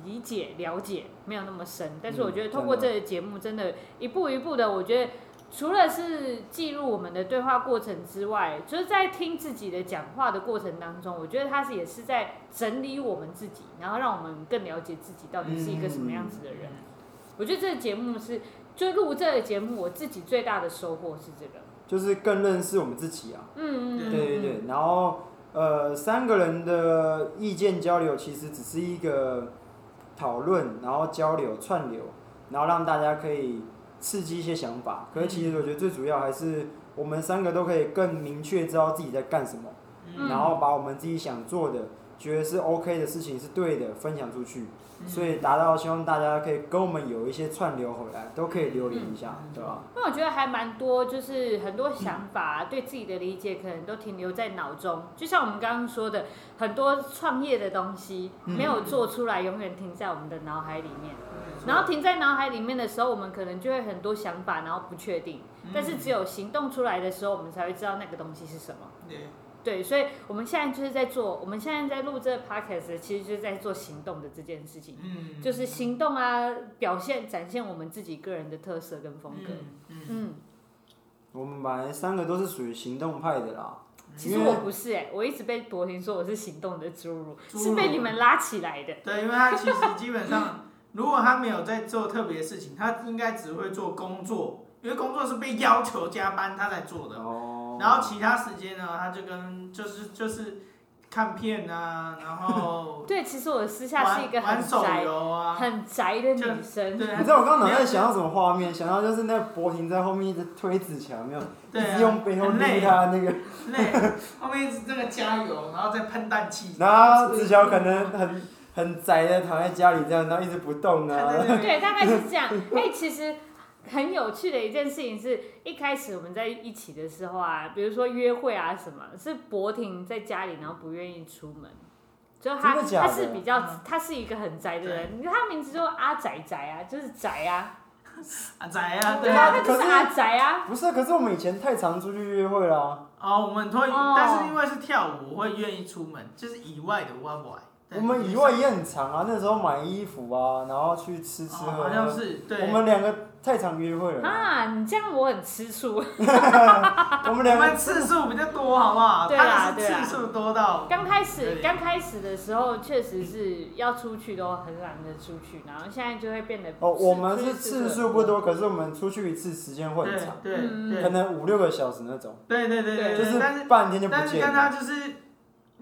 [SPEAKER 3] 理解了解没有那么深，但是我觉得
[SPEAKER 2] 嗯
[SPEAKER 3] 通过
[SPEAKER 2] 真的
[SPEAKER 3] 这个节目，真的一步一步的，我觉得。除了是记录我们的对话过程之外，就是在听自己的讲话的过程当中，我觉得他是也是在整理我们自己，然后让我们更了解自己到底是一个什么样子的人。我觉得这个节目是，就录这个节目，我自己最大的收获是这个。
[SPEAKER 2] 就是更认识我们自己啊。
[SPEAKER 3] 嗯嗯嗯，
[SPEAKER 2] 对对对，然后呃，三个人的意见交流其实只是一个讨论，然后交流串流，然后让大家可以刺激一些想法。可是其实我觉得最主要还是我们三个都可以更明确知道自己在干什么，
[SPEAKER 3] 嗯
[SPEAKER 2] 然后把我们自己想做的。觉得是 OK 的事情是对的，分享出去，
[SPEAKER 1] 嗯
[SPEAKER 2] 所以达到希望大家可以跟我们有一些串流回来，都可以留言一下，
[SPEAKER 1] 嗯
[SPEAKER 2] 对吧？
[SPEAKER 3] 那我觉得还蛮多，就是很多想法、啊对自己的理解，可能都停留在脑中。就像我们刚刚说的，很多创业的东西
[SPEAKER 2] 嗯
[SPEAKER 3] 没有做出来，永远停在我们的脑海里面。
[SPEAKER 1] 嗯
[SPEAKER 3] 然后停在脑海里面的时候，我们可能就会很多想法，然后不确定。
[SPEAKER 1] 嗯
[SPEAKER 3] 但是只有行动出来的时候，我们才会知道那个东西是什么。
[SPEAKER 1] 对
[SPEAKER 3] 对，所以我们现在就是在做，我们现在在录这个 podcast，其实就是在做行动的这件事情，
[SPEAKER 1] 嗯，
[SPEAKER 3] 就是行动啊，表现展现我们自己个人的特色跟风格。
[SPEAKER 1] 嗯嗯，
[SPEAKER 3] 嗯。
[SPEAKER 2] 我们本来三个都是属于行动派的啦，
[SPEAKER 3] 其实我不是哎、我一直被博婷说我是行动的侏儒，
[SPEAKER 2] 侏儒
[SPEAKER 3] 是被你们拉起来的。
[SPEAKER 1] 对，因为他其实基本上，如果他没有在做特别的事情，他应该只会做工作，因为工作是被要求加班他才做的。
[SPEAKER 2] 哦，
[SPEAKER 1] 然后其他时间呢，他就跟就是就是看片啊，然后
[SPEAKER 3] 对，其实我私下是一
[SPEAKER 1] 玩
[SPEAKER 3] 个
[SPEAKER 1] 玩
[SPEAKER 3] 很
[SPEAKER 1] 手
[SPEAKER 3] 宅、
[SPEAKER 1] 游啊，
[SPEAKER 3] 很宅的女
[SPEAKER 1] 对，
[SPEAKER 3] 生。
[SPEAKER 2] 你知道我刚刚脑袋想到什么画面？想到就是那个博婷在后面一直推纸墙，没有，
[SPEAKER 1] 对
[SPEAKER 2] 一
[SPEAKER 1] 啊
[SPEAKER 2] 直用背后
[SPEAKER 1] 很
[SPEAKER 2] 推
[SPEAKER 1] 累
[SPEAKER 2] 他 那个，
[SPEAKER 1] 累，后面一直这个加油，然后再喷氮气，
[SPEAKER 2] 然后纸桥可能很很宅的躺在家里这样，然后一直不动
[SPEAKER 1] 看
[SPEAKER 2] 啊
[SPEAKER 1] 在。那边
[SPEAKER 3] 对，大概是这样。 哎、其实很有趣的一件事情是，一开始我们在一起的时候啊，比如说约会啊什么，是博婷在家里，然后不愿意出门。就他，
[SPEAKER 2] 真的假的
[SPEAKER 3] 他是比较
[SPEAKER 1] 嗯，
[SPEAKER 3] 他是一个很宅的人。他名字就阿宅宅啊，就是宅啊，
[SPEAKER 1] 啊宅啊，对
[SPEAKER 3] 对啊，
[SPEAKER 1] 啊。
[SPEAKER 3] 那就是阿宅啊。
[SPEAKER 2] 不是，可是我们以前太常出去约会了啊、
[SPEAKER 1] 哦，我们会，
[SPEAKER 3] 哦
[SPEAKER 1] 但是因为是跳舞，我会愿意出门，就是以外的我不爱。
[SPEAKER 2] 我们以外也很常啊，那时候买衣服啊，然后去吃吃喝
[SPEAKER 1] 哦
[SPEAKER 2] 喝。
[SPEAKER 1] 好像是对。
[SPEAKER 2] 我们两个太常约会了啊，
[SPEAKER 3] 啊，你这样我很吃醋。
[SPEAKER 2] 我们
[SPEAKER 1] 啊我
[SPEAKER 2] 两
[SPEAKER 1] 们
[SPEAKER 2] 个
[SPEAKER 1] 次数比较多，好不好？
[SPEAKER 3] 对
[SPEAKER 1] 他
[SPEAKER 3] 啦
[SPEAKER 1] 的是次数多到。
[SPEAKER 3] 刚开始
[SPEAKER 1] 对
[SPEAKER 3] 刚开始的时候，确实是要出去都很懒得出去，然后现在就会变得
[SPEAKER 2] 哦，我们是次
[SPEAKER 3] 次
[SPEAKER 2] 数不，多，可是我们出去一次时间会
[SPEAKER 1] 对
[SPEAKER 2] 很长，
[SPEAKER 1] 对
[SPEAKER 3] 嗯
[SPEAKER 1] 对
[SPEAKER 2] 可能五六个小时那种，
[SPEAKER 1] 对对对对，
[SPEAKER 2] 就
[SPEAKER 1] 对
[SPEAKER 2] 是
[SPEAKER 1] 但是
[SPEAKER 2] 半天就不
[SPEAKER 1] 但是
[SPEAKER 2] 见
[SPEAKER 1] 跟他
[SPEAKER 2] 了。
[SPEAKER 1] 就是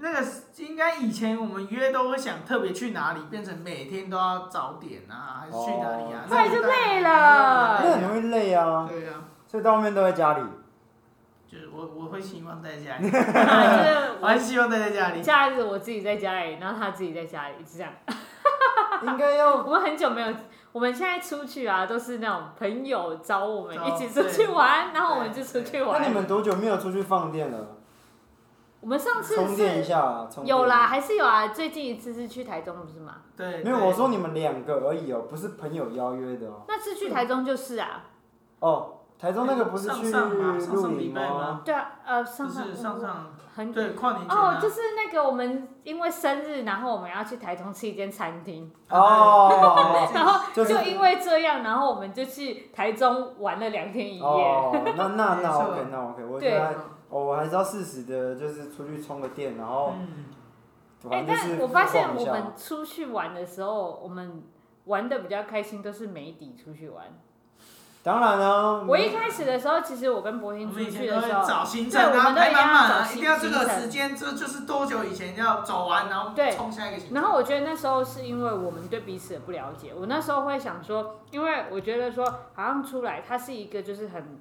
[SPEAKER 1] 那个应该以前我们约都会想特别去哪里，变成每天都要早点啊，还是去哪里啊
[SPEAKER 2] 哦？
[SPEAKER 1] 那个
[SPEAKER 3] 后来就
[SPEAKER 1] 当然
[SPEAKER 3] 累了
[SPEAKER 2] 那很容易累啊，
[SPEAKER 1] 对啊，
[SPEAKER 2] 所以到后面都在家 里。
[SPEAKER 1] 就是我我会希望待在家里，我
[SPEAKER 3] 就
[SPEAKER 1] 还是希望待在家里
[SPEAKER 3] 是。假日我自己在家里，然后他自己在家里，是这样。
[SPEAKER 2] 应该 要
[SPEAKER 3] 我们很久没有，我们现在出去啊，都是那种朋友找我们
[SPEAKER 1] 找
[SPEAKER 3] 一起出去玩，然后我们就出去
[SPEAKER 2] 那你
[SPEAKER 3] 玩。
[SPEAKER 2] 们多久没有出去放电了？
[SPEAKER 3] 我们上次
[SPEAKER 2] 充电一
[SPEAKER 3] 是
[SPEAKER 2] 下啊，充电
[SPEAKER 3] 有啦，。还是有啊，最近一次是去台中，不是吗？
[SPEAKER 1] 对，
[SPEAKER 2] 没有，
[SPEAKER 1] 对
[SPEAKER 2] 我说你们两个而已哦，不是朋友邀约的哦。
[SPEAKER 3] 那次去台中就是啊，
[SPEAKER 2] 哦，台中那个不是
[SPEAKER 1] 上
[SPEAKER 2] 去
[SPEAKER 1] 上吧上
[SPEAKER 2] 露
[SPEAKER 1] 上礼
[SPEAKER 2] 营
[SPEAKER 1] 拜
[SPEAKER 2] 吗？
[SPEAKER 1] 吗？
[SPEAKER 3] 对啊，呃，上
[SPEAKER 1] 不
[SPEAKER 3] 上嗯
[SPEAKER 1] 是上上
[SPEAKER 3] 很
[SPEAKER 1] 对跨年前
[SPEAKER 3] 哦，
[SPEAKER 1] 啊
[SPEAKER 3] 就是那个我们因为生日，然后我们要去台中吃一间餐厅，
[SPEAKER 2] 哦，
[SPEAKER 3] 然后
[SPEAKER 2] 就是
[SPEAKER 3] 就因为这样，然后我们就去台中玩了两天一夜。
[SPEAKER 2] 哦，那那
[SPEAKER 1] 没
[SPEAKER 2] 那
[SPEAKER 1] 错
[SPEAKER 2] OK，那 OK，我觉
[SPEAKER 3] 对
[SPEAKER 2] 得还哦，我还是要适时的，就是出去充个电，然后
[SPEAKER 1] 嗯，
[SPEAKER 3] 哎、
[SPEAKER 2] 反正就是
[SPEAKER 3] 但我发现
[SPEAKER 2] 逛一
[SPEAKER 3] 我
[SPEAKER 2] 下
[SPEAKER 3] 们出去玩的时候，我们玩的比较开心，都是没底出去玩。
[SPEAKER 2] 当然啊，
[SPEAKER 3] 我一开始的时候，其实我跟柏
[SPEAKER 1] 我
[SPEAKER 3] 婷
[SPEAKER 1] 们以
[SPEAKER 3] 嗯出
[SPEAKER 1] 前
[SPEAKER 3] 去
[SPEAKER 1] 都
[SPEAKER 3] 的
[SPEAKER 1] 会
[SPEAKER 3] 时候，
[SPEAKER 1] 找行程，
[SPEAKER 3] 对
[SPEAKER 1] 然
[SPEAKER 3] 我
[SPEAKER 1] 后
[SPEAKER 3] 们都一
[SPEAKER 1] 排
[SPEAKER 3] 定要
[SPEAKER 1] 满满
[SPEAKER 3] 找
[SPEAKER 1] 啊，
[SPEAKER 3] 行
[SPEAKER 1] 一定要这个
[SPEAKER 3] 行程
[SPEAKER 1] 时间，这就是多久以前要走完，然后
[SPEAKER 3] 对
[SPEAKER 1] 冲下一个行程。
[SPEAKER 3] 然后我觉得那时候是因为我们对彼此的不了解。我那时候会想说，因为我觉得说好像出来，它是一个就是很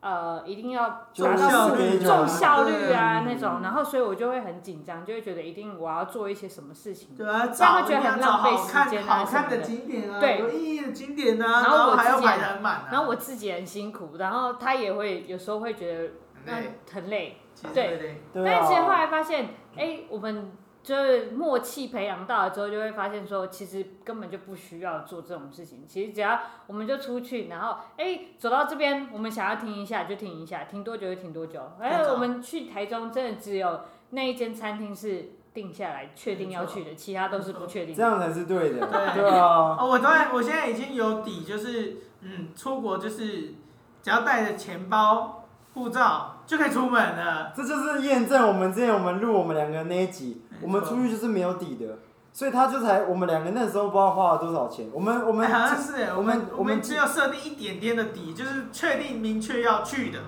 [SPEAKER 3] 呃，一定要
[SPEAKER 2] 就
[SPEAKER 3] 达
[SPEAKER 2] 是
[SPEAKER 3] 到
[SPEAKER 2] 效率就
[SPEAKER 3] 重
[SPEAKER 2] 好
[SPEAKER 3] 效率啊
[SPEAKER 2] 对
[SPEAKER 3] 那种，然后所以我就会很紧张，就会觉得一定我要做一些什么事情。
[SPEAKER 1] 对啊，
[SPEAKER 3] 这
[SPEAKER 1] 找
[SPEAKER 3] 样会觉得
[SPEAKER 1] 一定要
[SPEAKER 3] 很
[SPEAKER 1] 找
[SPEAKER 3] 浪费
[SPEAKER 1] 好看
[SPEAKER 3] 时间啊
[SPEAKER 1] 好看
[SPEAKER 3] 什么
[SPEAKER 1] 的
[SPEAKER 3] 的
[SPEAKER 1] 景点啊，
[SPEAKER 3] 对
[SPEAKER 1] 有意义的景点啊，
[SPEAKER 3] 然后我
[SPEAKER 1] 还要
[SPEAKER 3] 自己
[SPEAKER 1] 排得很满啊，
[SPEAKER 3] 然后我自己很辛苦，然后他也会有时候会觉得那
[SPEAKER 1] 对，
[SPEAKER 3] 很累，
[SPEAKER 1] 哎其实
[SPEAKER 3] 对
[SPEAKER 1] 对对，
[SPEAKER 2] 对
[SPEAKER 3] 但其实后
[SPEAKER 2] 啊，
[SPEAKER 3] 来发现，哎、我们就是默契培养到了之后，就会发现说，其实根本就不需要做这种事情。其实只要我们就出去，然后哎、走到这边，我们想要停一下就停一下，停多久就停多久。哎、
[SPEAKER 1] 对啊
[SPEAKER 3] 我们去台中真的只有那一间餐厅是定下来确定要去的，其他都是不确定
[SPEAKER 2] 这
[SPEAKER 3] 的。
[SPEAKER 2] 样才是对的，
[SPEAKER 1] 对
[SPEAKER 2] 对啊，
[SPEAKER 1] 哦，我当然我现在已经有底，就是嗯，出国就是只要带着钱包、护照就可以出门了。
[SPEAKER 2] 这就是验证我们之前我们录我们两个那一集，我们出去就是没有底的，所以他就才我们两个那时候不知道花了多少钱，我们我们
[SPEAKER 1] 哎好像是耶
[SPEAKER 2] 我
[SPEAKER 1] 我
[SPEAKER 2] 们
[SPEAKER 1] 们
[SPEAKER 2] 我们
[SPEAKER 1] 只有设定一点点的底，就是确定明确要去的，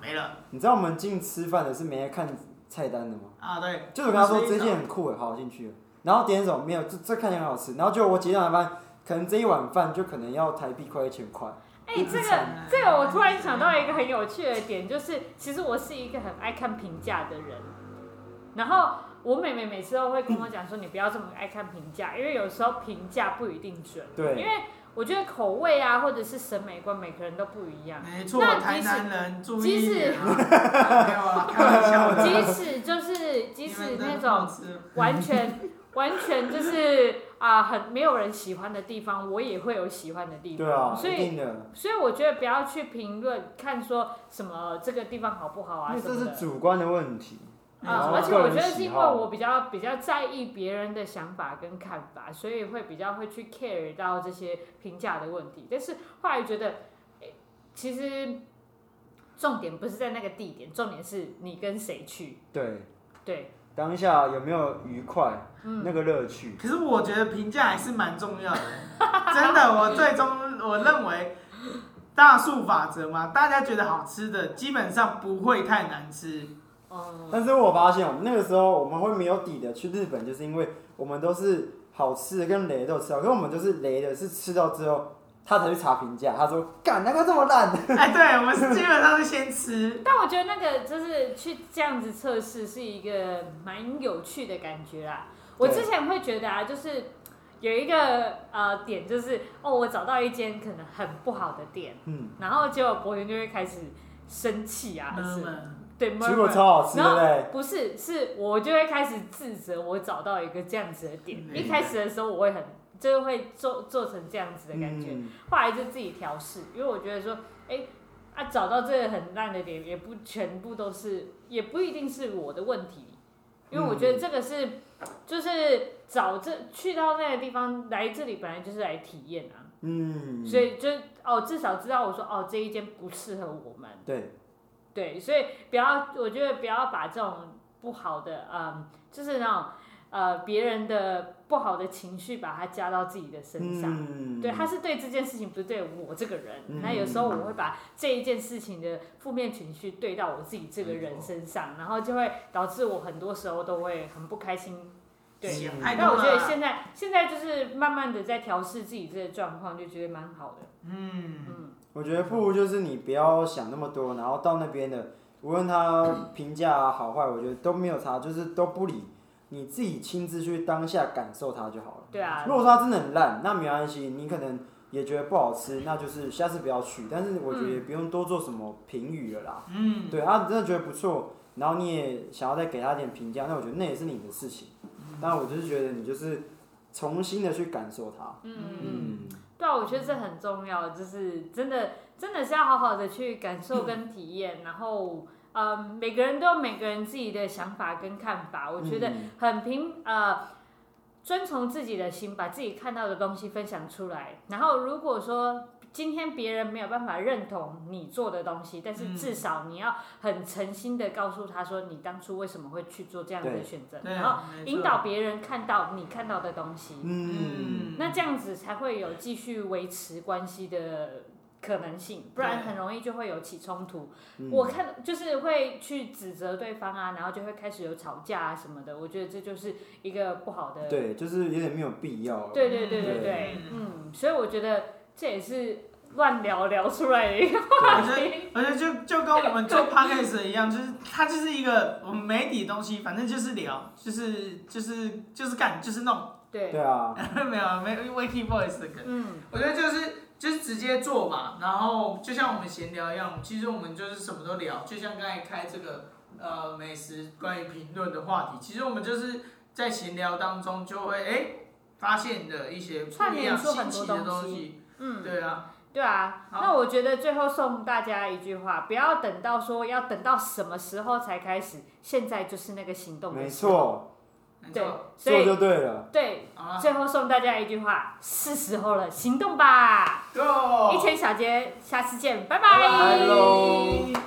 [SPEAKER 1] 没了
[SPEAKER 2] 你知道我们进吃饭的是没在看菜单的吗？
[SPEAKER 1] 啊。对，
[SPEAKER 2] 就是我跟他说
[SPEAKER 1] 所以
[SPEAKER 2] 这件很酷欸诶，好我进去了，然后点什么没有，这这看起来很好吃，然后就我结账才发现，可能这一碗饭就可能要台币快一千块，
[SPEAKER 3] 哎、
[SPEAKER 2] 一
[SPEAKER 3] 这
[SPEAKER 2] 直
[SPEAKER 3] 个
[SPEAKER 2] 查
[SPEAKER 3] 这个我突然想到一个很有趣的点，就是其实我是一个很爱看评价的人，然后我妹妹每次都会跟我讲说，你不要这么爱看评价，因为有时候评价不一定准，因
[SPEAKER 2] 对，
[SPEAKER 3] 为我觉得口味啊或者是审美观，每个人都不一样。
[SPEAKER 1] 没错，
[SPEAKER 3] 那即
[SPEAKER 1] 台
[SPEAKER 3] 使
[SPEAKER 1] 南人注意
[SPEAKER 3] 即
[SPEAKER 1] 一
[SPEAKER 3] 使
[SPEAKER 1] 点啊。 没有啊，开玩笑的。
[SPEAKER 3] 即使就是即使
[SPEAKER 1] 你们
[SPEAKER 3] 那
[SPEAKER 1] 的
[SPEAKER 3] 种
[SPEAKER 1] 帽子
[SPEAKER 3] 完全完全就是啊、很没有人喜欢的地方，我也会有喜欢的地方。
[SPEAKER 2] 对啊，
[SPEAKER 3] 所
[SPEAKER 2] 一
[SPEAKER 3] 以
[SPEAKER 2] 定的，
[SPEAKER 3] 所以我觉得不要去评论看说什么这个地方好不好
[SPEAKER 2] 因
[SPEAKER 3] 啊
[SPEAKER 2] 为
[SPEAKER 3] 什
[SPEAKER 2] 这
[SPEAKER 3] 么
[SPEAKER 2] 是
[SPEAKER 3] 的。
[SPEAKER 2] 主观的问题，
[SPEAKER 3] 啊、
[SPEAKER 2] 嗯
[SPEAKER 3] 而且我觉得是
[SPEAKER 2] 个人喜
[SPEAKER 3] 因为
[SPEAKER 2] 好
[SPEAKER 3] 我比较比较在意别人的想法跟看法，所以会比较会去 care 到这些评价的问题。但是后来觉得，诶其实重点不是在那个地点，重点是你跟谁去。
[SPEAKER 2] 对，
[SPEAKER 3] 对，
[SPEAKER 2] 当下有没有愉快
[SPEAKER 3] 嗯，
[SPEAKER 2] 那个乐趣？
[SPEAKER 1] 可是我觉得评价还是蛮重 要的，真的，我最终我认为大数法则嘛，大家觉得好吃的，基本上不会太难吃。
[SPEAKER 3] 嗯，
[SPEAKER 2] 但是我发现我们那个时候我们会没有底的去日本，就是因为我们都是好吃的跟雷的都吃到，可是我们就是雷的是吃到之后他才去查评价，他说干那个这么烂，
[SPEAKER 1] 哎，对，我们是基本上是先吃，
[SPEAKER 3] 但我觉得那个就是去这样子测试是一个蛮有趣的感觉啦。我
[SPEAKER 2] 对
[SPEAKER 3] 之前会觉得啊，就是有一个呃点，就是哦，我找到一间可能很不好的店。
[SPEAKER 2] 嗯，
[SPEAKER 3] 然后结果博云就会开始生气啊，还是
[SPEAKER 1] 嗯
[SPEAKER 3] 对，
[SPEAKER 2] 结果超好吃，对
[SPEAKER 3] 然后
[SPEAKER 2] 不对？
[SPEAKER 3] 不是，是我就会开始自责，我找到一个这样子的点。
[SPEAKER 1] 嗯
[SPEAKER 3] 一开始的时候我会很就是会做做成这样子的感觉。
[SPEAKER 2] 嗯
[SPEAKER 3] 后来就自己调试，因为我觉得说，哎、啊，找到这个很烂的点，也不全部都是，也不一定是我的问题，因为我觉得这个是，就是找这去到那个地方来这里本来就是来体验啊，
[SPEAKER 2] 嗯，
[SPEAKER 3] 所以就哦，至少知道我说哦这一间不适合我们，
[SPEAKER 2] 对，
[SPEAKER 3] 对，所以不要，我觉得不要把这种不好的，嗯，就是那种呃别人的不好的情绪把它加到自己的身上。
[SPEAKER 2] 嗯
[SPEAKER 3] 对，他是对这件事情，不是对我这个人。
[SPEAKER 2] 嗯
[SPEAKER 3] 那有时候我会把这一件事情的负面情绪对到我自己这个人身上，然后就会导致我很多时候都会很不开心。对，
[SPEAKER 1] 想
[SPEAKER 2] 嗯
[SPEAKER 1] 太
[SPEAKER 3] 那
[SPEAKER 1] 多
[SPEAKER 3] 我觉得
[SPEAKER 1] 了。
[SPEAKER 3] 现在现在就是慢慢的在调试自己这个状况，就觉得蛮好的。
[SPEAKER 1] 嗯，
[SPEAKER 3] 嗯，
[SPEAKER 2] 我觉得不如就是你不要想那么多，然后到那边的，无论他评价好坏，我觉得都没有差，就是都不理，你自己亲自去当下感受它就好了。
[SPEAKER 3] 对啊
[SPEAKER 2] 如，果说它真的很烂，那没关系，你可能也觉得不好吃，那就是下次不要去。但是我觉得
[SPEAKER 3] 嗯
[SPEAKER 2] 也不用多做什么评语了啦。嗯，对啊，你真的觉得不错，然后你也想要再给他一点评价，那我觉得那也是你的事情。
[SPEAKER 3] 嗯
[SPEAKER 2] 但我就是觉得你就是重新的去感受它。
[SPEAKER 3] 嗯嗯嗯，，对啊，我觉得这很重要，就是真的真的是要好好的去感受跟体验，然后。嗯，每个人都有每个人自己的想法跟看法，我觉得
[SPEAKER 2] 嗯
[SPEAKER 3] 很平呃，遵从自己的心，把自己看到的东西分享出来。然后如果说今天别人没有办法认同你做的东西，但是
[SPEAKER 1] 嗯
[SPEAKER 3] 至少你要很诚心的告诉他说你当初为什么会去做这样的
[SPEAKER 2] 对
[SPEAKER 3] 选择，
[SPEAKER 1] 对，啊
[SPEAKER 3] 然后
[SPEAKER 1] 没错
[SPEAKER 3] 引导别人看到你看到的东西，
[SPEAKER 2] 嗯，
[SPEAKER 3] 那这样子才会有继续维持关系的。可能性，不然
[SPEAKER 1] 对
[SPEAKER 3] 很容易就会有起冲突。
[SPEAKER 2] 嗯
[SPEAKER 3] 我看就是会去指责对方啊，然后就会开始有吵架啊什么的。我觉得这就是一个不好的
[SPEAKER 2] 对，就是有点没有必要了。
[SPEAKER 3] 嗯对对对对对，嗯，所以我觉得这也是乱聊聊出来的一个
[SPEAKER 1] 我
[SPEAKER 3] 话
[SPEAKER 1] 觉得，
[SPEAKER 3] 题。
[SPEAKER 1] 我觉得就就跟我们 做 podcast 一样，就是它就是一个我们媒体的东西，反正就是聊，就是就是就是干，就是弄，
[SPEAKER 3] 对，
[SPEAKER 2] 对啊，
[SPEAKER 1] 没有没有 Wiki Voice 的梗。
[SPEAKER 3] 嗯，
[SPEAKER 1] 我觉得就是就是直接做嘛，然后就像我们闲聊一样，其实我们就是什么都聊，就像刚才开这个呃美食关于评论的话题，其实我们就是在闲聊当中就会哎、发现的一些不
[SPEAKER 3] 串
[SPEAKER 1] 一
[SPEAKER 3] 联
[SPEAKER 1] 样
[SPEAKER 3] 出
[SPEAKER 1] 新
[SPEAKER 3] 很
[SPEAKER 1] 奇
[SPEAKER 3] 多
[SPEAKER 1] 的
[SPEAKER 3] 东
[SPEAKER 1] 东
[SPEAKER 3] 西
[SPEAKER 1] 西，
[SPEAKER 3] 嗯，
[SPEAKER 1] 对啊，
[SPEAKER 3] 对啊。
[SPEAKER 1] 好
[SPEAKER 3] 那我觉得最后送大家一句话：不要等到说要等到什么时候才开始，现在就是那个行动。
[SPEAKER 2] 没，错，
[SPEAKER 1] 没
[SPEAKER 3] 对
[SPEAKER 1] 错，，
[SPEAKER 3] 所
[SPEAKER 2] 做
[SPEAKER 3] 以
[SPEAKER 2] 就对了。
[SPEAKER 3] 对，
[SPEAKER 1] 好了
[SPEAKER 3] 最后送大家一句话：是时候了，行动吧！
[SPEAKER 1] ，Go，
[SPEAKER 3] 哦一千小节，下次见，拜
[SPEAKER 1] 拜
[SPEAKER 2] 拜喽
[SPEAKER 1] 拜。